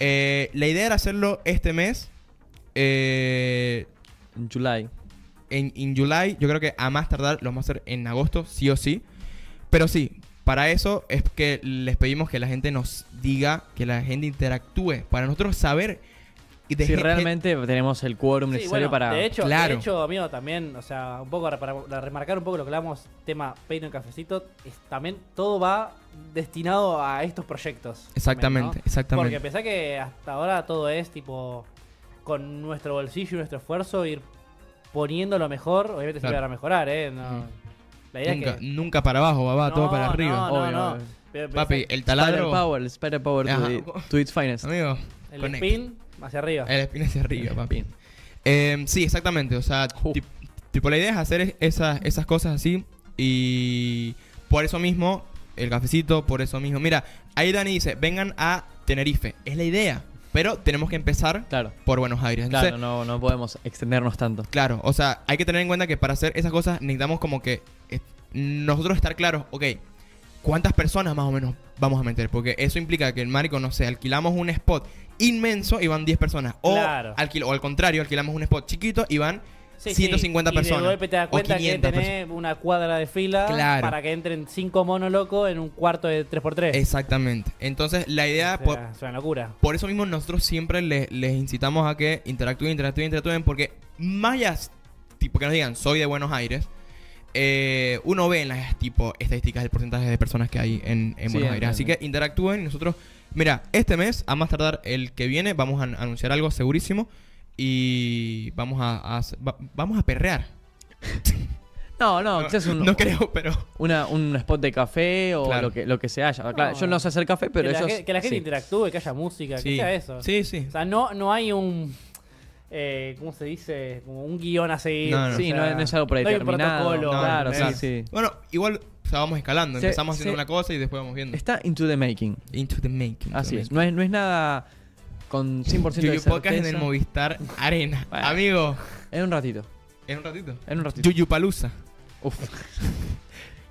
Eh, la idea era hacerlo este mes. Eh, En July. en in July. Yo creo que a más tardar lo vamos a hacer en agosto, sí o sí. Pero sí, para eso es que les pedimos que la gente nos diga, que la gente interactúe, para nosotros saber y de si gen- realmente tenemos el quórum Sí, bueno, necesario para. De hecho, Claro. de hecho, amigo, también, o sea, un poco para, para remarcar un poco lo que hablamos, tema peino y cafecito, es- también todo va destinado a estos proyectos. también, Exactamente, ¿no? Porque exactamente. pensá que hasta ahora todo es tipo con nuestro bolsillo y nuestro esfuerzo ir poniendo lo mejor, obviamente Claro. siempre para mejorar, ¿eh? No- Ujú. La idea nunca, es que... nunca para abajo, va, va, todo No, para arriba. No, no, Obvio, no. obvio. Pero pensá Papi, el Spider taladro. Power, Spider Power to, Ajá. the- to its finest. Amigo, el conecta. spin hacia arriba. El spin hacia arriba, papi. Eh, sí, exactamente. O sea, Uh. tip- tipo, la idea es hacer es- esas, esas cosas así. Y por eso mismo, el cafecito, por eso mismo. Mira, ahí Dani dice, vengan a Tenerife. Es la idea. Pero tenemos que empezar Claro, por Buenos Aires. Entonces, claro, no, no podemos extendernos tanto. Claro, o sea, hay que tener en cuenta que para hacer esas cosas necesitamos como que eh, nosotros estar claros, ok, ¿cuántas personas más o menos vamos a meter? Porque eso implica que el marico, no sé, alquilamos un spot inmenso y van 10 personas. O, Claro. alquil- o al contrario, alquilamos un spot chiquito y van... 150 y de personas, golpe te das o cuenta 500 que tenés una cuadra de fila Claro. para que entren cinco monos locos en un cuarto de 3x3. Exactamente. Entonces, la idea... O sea, por- es una locura. Por eso mismo nosotros siempre les, les incitamos a que interactúen, interactúen, interactúen, porque más allá, tipo que nos digan, soy de Buenos Aires, eh, uno ve en las tipo estadísticas el porcentaje de personas que hay en, en Sí, Buenos Aires. entiendo. Así que interactúen y nosotros, mira, este mes, a más tardar el que viene, vamos a an- anunciar algo segurísimo y vamos a, a hacer- va- vamos a perrear. No, no, quizás un, no creo, pero... una- un spot de café o Claro. lo, que, lo que se haya. Claro, No. Yo no sé hacer café, pero que, ellos. la, gente- que la gente sí. interactúe, que haya música, que sea eso. sí, sí. O sea, no, no hay un. eh, ¿Cómo se dice? Como un guión a seguir. No, no. o Sí, no sea, es- no es algo hay un predeterminado. protocolo, No, claro, ¿entendés? sí, sí. Bueno, igual o sea, vamos escalando, Se- empezamos haciendo se- una cosa y después vamos viendo. Está into the making. Into the making. Así también. es. No es, no es nada con 100% de Yuyu certeza. Podcast en el Movistar Arena. Bueno. Amigo, En un ratito. en un ratito. En un ratito. Yuyu Palusa. Uf.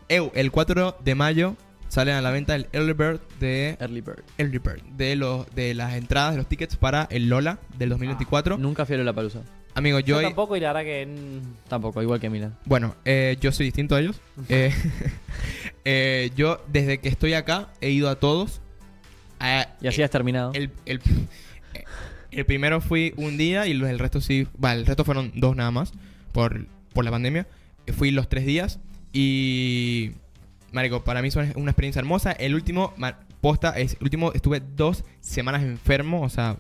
Eu, el 4 de mayo sale a la venta el Early Bird de Early Bird. Early Ah, Bird, de los de las entradas de los tickets para el Lola del 2024. Nunca fui a la palusa. Amigo, Yo yo... ahí- tampoco y la verdad que... mm, Tampoco, igual que Milan. Bueno, eh, yo soy distinto a ellos. Eh, eh, yo desde que estoy acá he ido a todos. A- Y así has terminado. Eh, el, el- eh, el primero fui un día y los, el resto sí. Va, el resto fueron dos nada más por, por la pandemia. Eh, Fui los tres días y. Marico, para mí son una experiencia hermosa. El último, ma- posta, es, el último estuve dos semanas enfermo. O sea,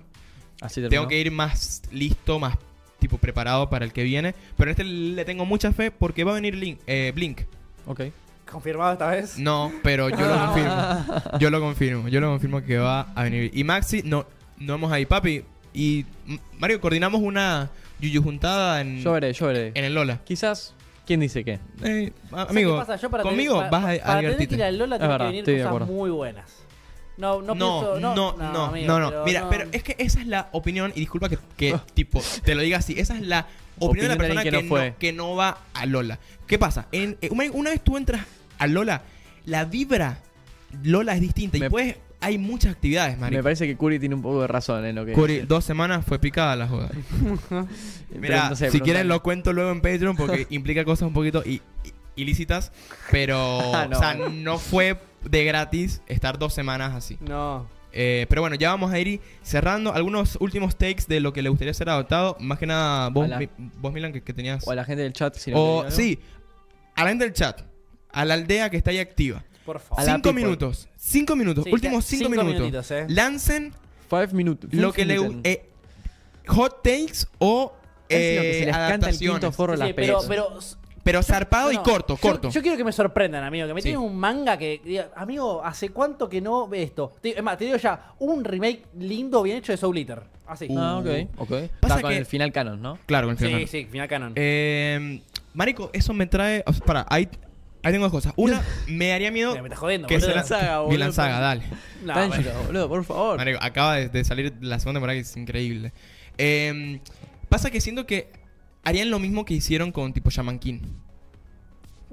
Así terminó. tengo que ir más listo, más tipo preparado para el que viene. Pero en este le tengo mucha fe porque va a venir Link- eh, Blink. Ok. ¿Confirmado esta vez? No, pero yo lo confirmo. Yo lo confirmo. Yo lo confirmo que va a venir. Y Maxi, no, no vamos ahí, papi. Y M- Mario, coordinamos una yuyu juntada en, Yo veré, yo veré. en Mm. el Lola. Quizás, ¿quién dice qué? Eh, a- ¿Sabes amigo, qué pasa? Yo para conmigo tener- vas pa- a, a Para tener que divertirte. ir al Lola Es tiene verdad, que venir estoy de cosas acuerdo. muy buenas. No, no, No, no, pienso- no, no, no, amigo, no, pero Mira, no. pero es que esa es la opinión, y disculpa que, que, tipo, te lo diga así, esa es la opinión, de la Opinión de persona que, alguien que no no fue. que no va a Lola. ¿Qué pasa? En, eh, una, una vez tú entras a Lola, la vibra Lola es distinta Me- y pues hay muchas actividades, Mario. Me parece que Curi tiene un poco de razón en lo que Curi, dice. dos semanas fue picada la joda. Pero Mira, no sé, si pero quieren no- lo cuento luego en Patreon porque implica cosas un poquito i- i- ilícitas, pero Ah, no. o sea, no fue de gratis estar dos semanas así. No. Eh, pero bueno, ya vamos a ir cerrando algunos últimos takes de lo que le gustaría ser adoptado. Más que nada, vos, Hola. Mi- vos Milan, que, que tenías... O a la gente del chat, si no O- quiere decir sí, a la gente del chat, a la aldea que está ahí activa. Por favor. A la cinco people. minutos, cinco minutos, Sí, últimos ya- cinco, cinco minutos. minutitos, eh. Lancen algo. Five minutes. lo que le gusta eh, hot takes o que se eh, les canta el adaptaciones quinto forro de Sí, las sí, pero, pelotas. pero s- pero zarpado y no, corto yo- corto Yo quiero que me sorprendan, amigo. Que me Sí. tienen un manga que. diga, Amigo, ¿hace cuánto que no ve esto? Te- Es más, te digo ya, un remake lindo, bien hecho de Soul Eater. Así. Uh, Ah, ok. ok. Pasa Está con que- el final canon, ¿no? claro con el sí, final. sí, final canon. Eh, marico eso me trae o sea, para ahí ahí tengo dos cosas una me daría miedo Mira, Eh, me estás jodiendo, que boludo. se la Saga, saga boludo. Milan Saga dale No, Tanjiro, bueno. boludo, por favor. marico acaba de, de salir la segunda temporada que es increíble Eh, pasa que siento que harían lo mismo que hicieron con tipo Shaman King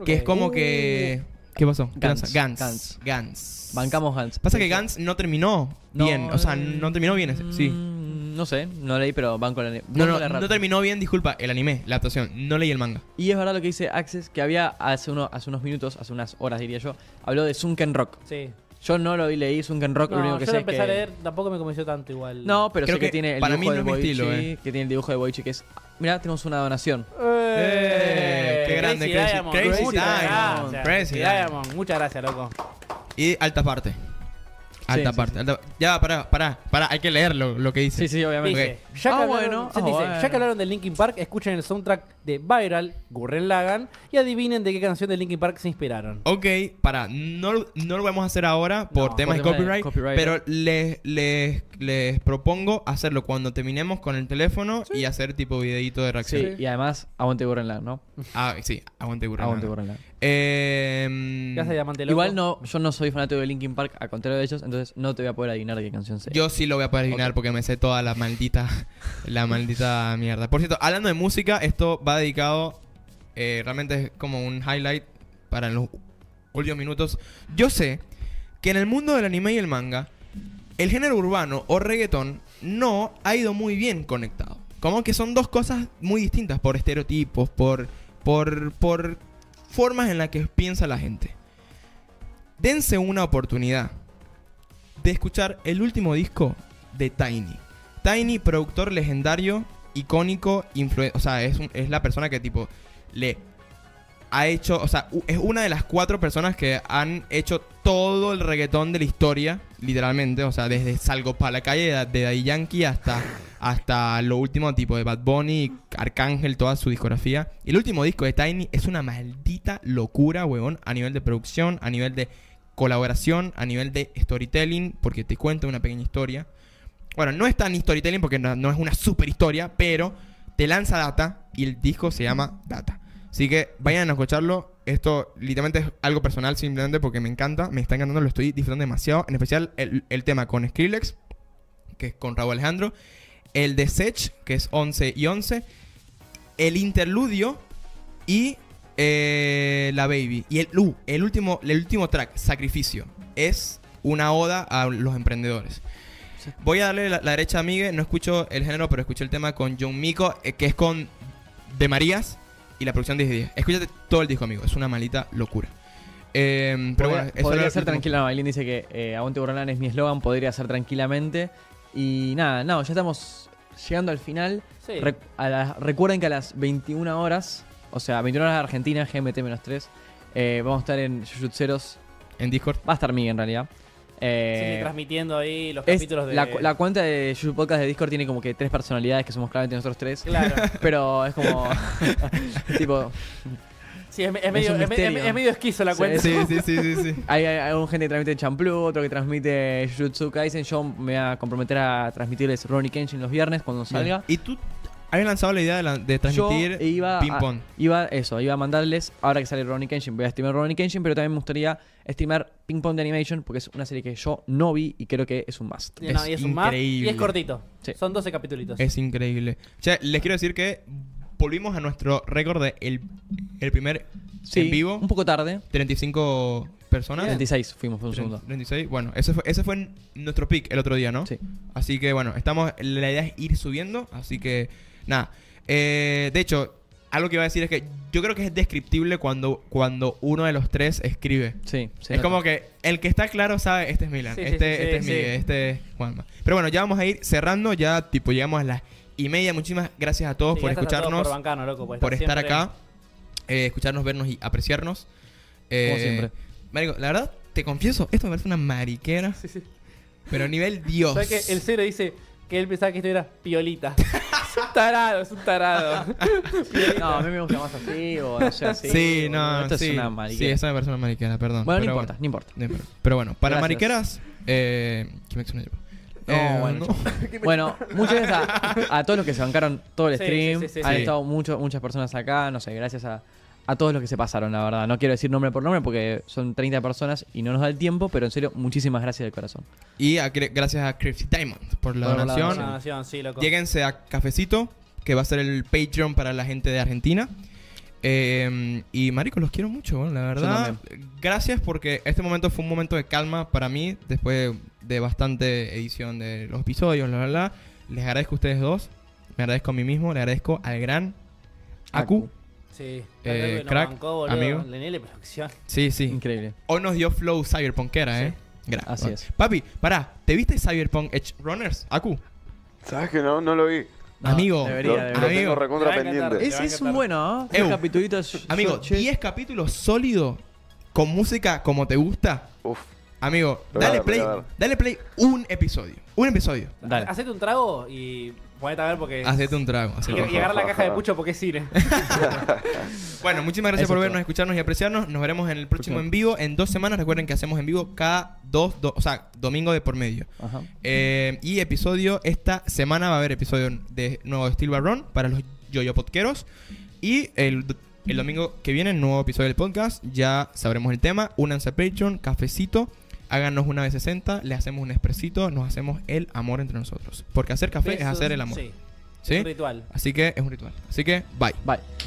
que es Ok. como que ¿qué pasó? ¿Qué Uh. Gantz, lanza? Gans Gans Gantz. Gans Bancamos Hans. Pasa que Gans no terminó No, bien. O sea, eh, no terminó bien. ese- Sí. Mm, No sé, no leí, pero banco la No, banco no, la no rata. terminó bien, disculpa, el anime, la adaptación. No leí el manga. Y es verdad lo que dice Access, que había hace, uno, hace unos minutos, hace unas horas diría yo, habló de Sunken Rock. Sí. Yo no lo vi, leí Sunken Rock, No, lo único que yo sé lo es que... empecé a leer, tampoco me convenció tanto igual. No, pero Creo sé que, que tiene el para dibujo mí no de es mi Boichi, estilo, eh. que tiene el dibujo de Boichi, que es... Mirá, tenemos una donación. ¡Eh! ¡Qué grande, Crazy! Crazy Crazy Diamond, Diamond. Crazy Crazy Diamond. Muchas gracias, loco. Y alta parte. Alta sí, parte. alta- Ya, pará, pará, pará. Hay que leer lo, lo que dice. Sí, sí, obviamente. Dice, ya, Ah, que bueno, hablaron, ah, dice, bueno. ya que hablaron de Linkin Park, escuchen el soundtrack de Viral, Gurren Lagan, y adivinen de qué canción de Linkin Park se inspiraron. Mm. Ok, pará. No, lo- no lo vamos a hacer ahora por No, temas por de temas copyright, de copyright. Pero les, les, les propongo hacerlo cuando terminemos con el teléfono y hacer tipo videito de reacción. Sí, y además, aguante Gurren Lagann, ¿no? Ah, sí, aguante Gurren Aguante Lagann. Gurren Lagann. Eh, Gracias, Diamante Loco. Igual no, yo no soy fanático de Linkin Park, al contrario de ellos, entonces no te voy a poder adivinar de qué canción sea. Yo sí lo voy a poder adivinar Ok. porque me sé toda la maldita la maldita mierda. Por cierto, hablando de música, esto va dedicado eh, realmente es como un highlight para los últimos minutos. Yo sé que en el mundo del anime y el manga el género urbano o reggaetón no ha ido muy bien conectado. Como que son dos cosas muy distintas por estereotipos, por por por formas en las que piensa la gente. Dense una oportunidad de escuchar el último disco de Tiny. Tiny, productor legendario, icónico, influen- o sea, es, un- es la persona que tipo le ha hecho, o sea, u- es una de las cuatro personas que han hecho todo el reggaetón de la historia, literalmente, o sea, desde Salgo para la calle de, de Daddy Yankee hasta hasta lo último tipo de Bad Bunny, Arcángel, toda su discografía. Y el último disco de Tiny es una maldita locura, weón, a nivel de producción, a nivel de colaboración a nivel de storytelling, porque te cuenta una pequeña historia. Bueno, no es tan storytelling porque no, no es una super historia, pero te lanza data y el disco se llama Data. Así que vayan a escucharlo. Esto literalmente es algo personal simplemente porque me encanta, me está encantando, lo estoy disfrutando demasiado. En especial el, el tema con Skrillex, que es con Raúl Alejandro. El de Sech, que es 11 y 11. El interludio y eh, la Baby. Y el, uh, el, último, el último track, Sacrificio, es una oda a los emprendedores. Voy a darle la, la derecha a Miguel. No escucho el género, pero escucho el tema con John Mico, eh, que es con De Marías y la producción 10 de 10. Escúchate todo el disco, amigo. Es una maldita locura. Eh, pero Podría- bueno, eso era podría el ser último. tranquila. No, Aileen dice que eh, Aguante Borralán es mi eslogan, podría ser tranquilamente. Y nada, no, ya estamos llegando al final. Sí. Re- a las- recuerden que a las 21 horas, o sea, 21 horas de Argentina, GMT-3, eh, vamos a estar en Jujutseros. En Discord. Va a estar Miguel en realidad. Sí, sí, Eh, transmitiendo ahí los es- capítulos de. la, cu- la cuenta de Jujutsu Podcast de Discord tiene como que tres personalidades que somos claramente nosotros tres. Claro. Pero es como. tipo, Sí, es, me- es medio, un es, me- es me- misterio. es medio esquizo la Sí, cuenta. Sí, sí, sí, sí. sí. Hay, hay, hay un gente que transmite Champloo, otro que transmite Jujutsu Kaisen. Yo me voy a comprometer a transmitirles Ronnie Kenshin los viernes cuando salga. Y tú habías lanzado la idea de, la- de transmitir Yo iba a- ping-pong. Iba, eso, iba a mandarles, ahora que sale Ronnie Kenshin, voy a streamar Ronnie Kenshin, pero también me gustaría streamar Ping Pong de Animation, porque es una serie que yo no vi y creo que es un must. Y no, Es y es un map y es increíble. cortito. Sí. Son 12 capítulos. Es increíble. O sea, les quiero decir que volvimos a nuestro récord de el, el primer en vivo. un poco tarde. 35 personas. 26 fuimos por un segundo. 36. Bueno, ese fue, ese fue nuestro pick el otro día, ¿no? Sí. Así que bueno, estamos. La idea es ir subiendo. Así que nada. Eh, de hecho, algo que iba a decir es que yo creo que es descriptible cuando, cuando uno de los tres escribe. Sí, se es nota. como que el que está claro sabe, este es Milan, Sí, sí, este, sí, este es sí. Miguel, este es Juanma. Pero bueno, ya vamos a ir cerrando, ya tipo llegamos a las y media. Muchísimas gracias a todos Sí, por gracias a todos escucharnos, por bancarnos, loco, por estar por estar siempre- acá, eh, escucharnos, vernos y apreciarnos. Eh, Como siempre. Marico, la verdad, te confieso, esto me parece una mariquera, Sí, sí. pero nivel Dios. ¿Sabes que el cero dice que él pensaba que esto era piolita? es un tarado, es un tarado. No, a mí me gusta más así, o no sé así. Sí, o- no, Esto sí, es una Sí, mariquera. esa me parece una mariquera, perdón. bueno, no pero importa, no importa. no importa. Pero bueno, para Gracias. mariqueras, eh, ¿qué me hizo una lleva? No, Eh, bueno, no. Bueno, muchas gracias a, a todos los que se bancaron todo el Sí, stream. sí, sí, sí, Han sí. estado mucho- muchas personas acá. No sé, gracias a, a todos los que se pasaron, la verdad. No quiero decir nombre por nombre porque son 30 personas y no nos da el tiempo, pero en serio, muchísimas gracias del corazón. Y a Cre- gracias a Crafty Diamond por la Por la donación. donación. Nación, sí, loco. Lléguense a Cafecito, que va a ser el Patreon para la gente de Argentina. Eh, y Marico, los quiero mucho, bueno, la verdad. Gracias porque este momento fue un momento de calma para mí, después de bastante edición de los episodios, la verdad. Les agradezco a ustedes dos, me agradezco a mí mismo, le agradezco al gran Aku. Aku. Sí. Eh, Nos crack, bancó, boludo, amigo. la Nele Producción. Sí, sí. Increíble. Hoy nos dio Flow Cyberpunkera, ¿eh? Gracias. Así es. Papi, pará, ¿te viste Cyberpunk Edge Runners, Aku? ¿Sabes que no? No lo vi. No, Amigo. debería, Lo, debería. lo tengo Amigo. recontra Te va a encantar. pendiente. Es, van a es un encantar. bueno, ¿eh? Ew. capitulitos. Amigo, 10 capítulos sólidos con música como te gusta. Uf. Amigo, Lo voy a dale ver, lo play, voy a ver. dale play un episodio. Un episodio. Dale. Hacete un trago y ponete a ver porque. Hacete un trago. hacete Y, un trago. y agarra la caja de pucho porque es cine. Bueno, muchísimas gracias Eso por es vernos, todo. escucharnos y apreciarnos. Nos veremos en el próximo Próximo. en vivo en dos semanas. Recuerden que hacemos en vivo cada dos, do- o sea, domingo de por medio. Ajá. Eh, y episodio, esta semana va a haber episodio de nuevo Steel Barron para los Yoyo Podqueros. Y el, d- el domingo que viene, nuevo episodio del podcast. Ya sabremos el tema. Únanse a Patreon, cafecito. Háganos una vez 60, le hacemos un expresito, nos hacemos el amor entre nosotros. Porque hacer café es Besos, hacer el amor. Sí. ¿Sí? Un ritual. Así que es un ritual. Así que, bye. Bye.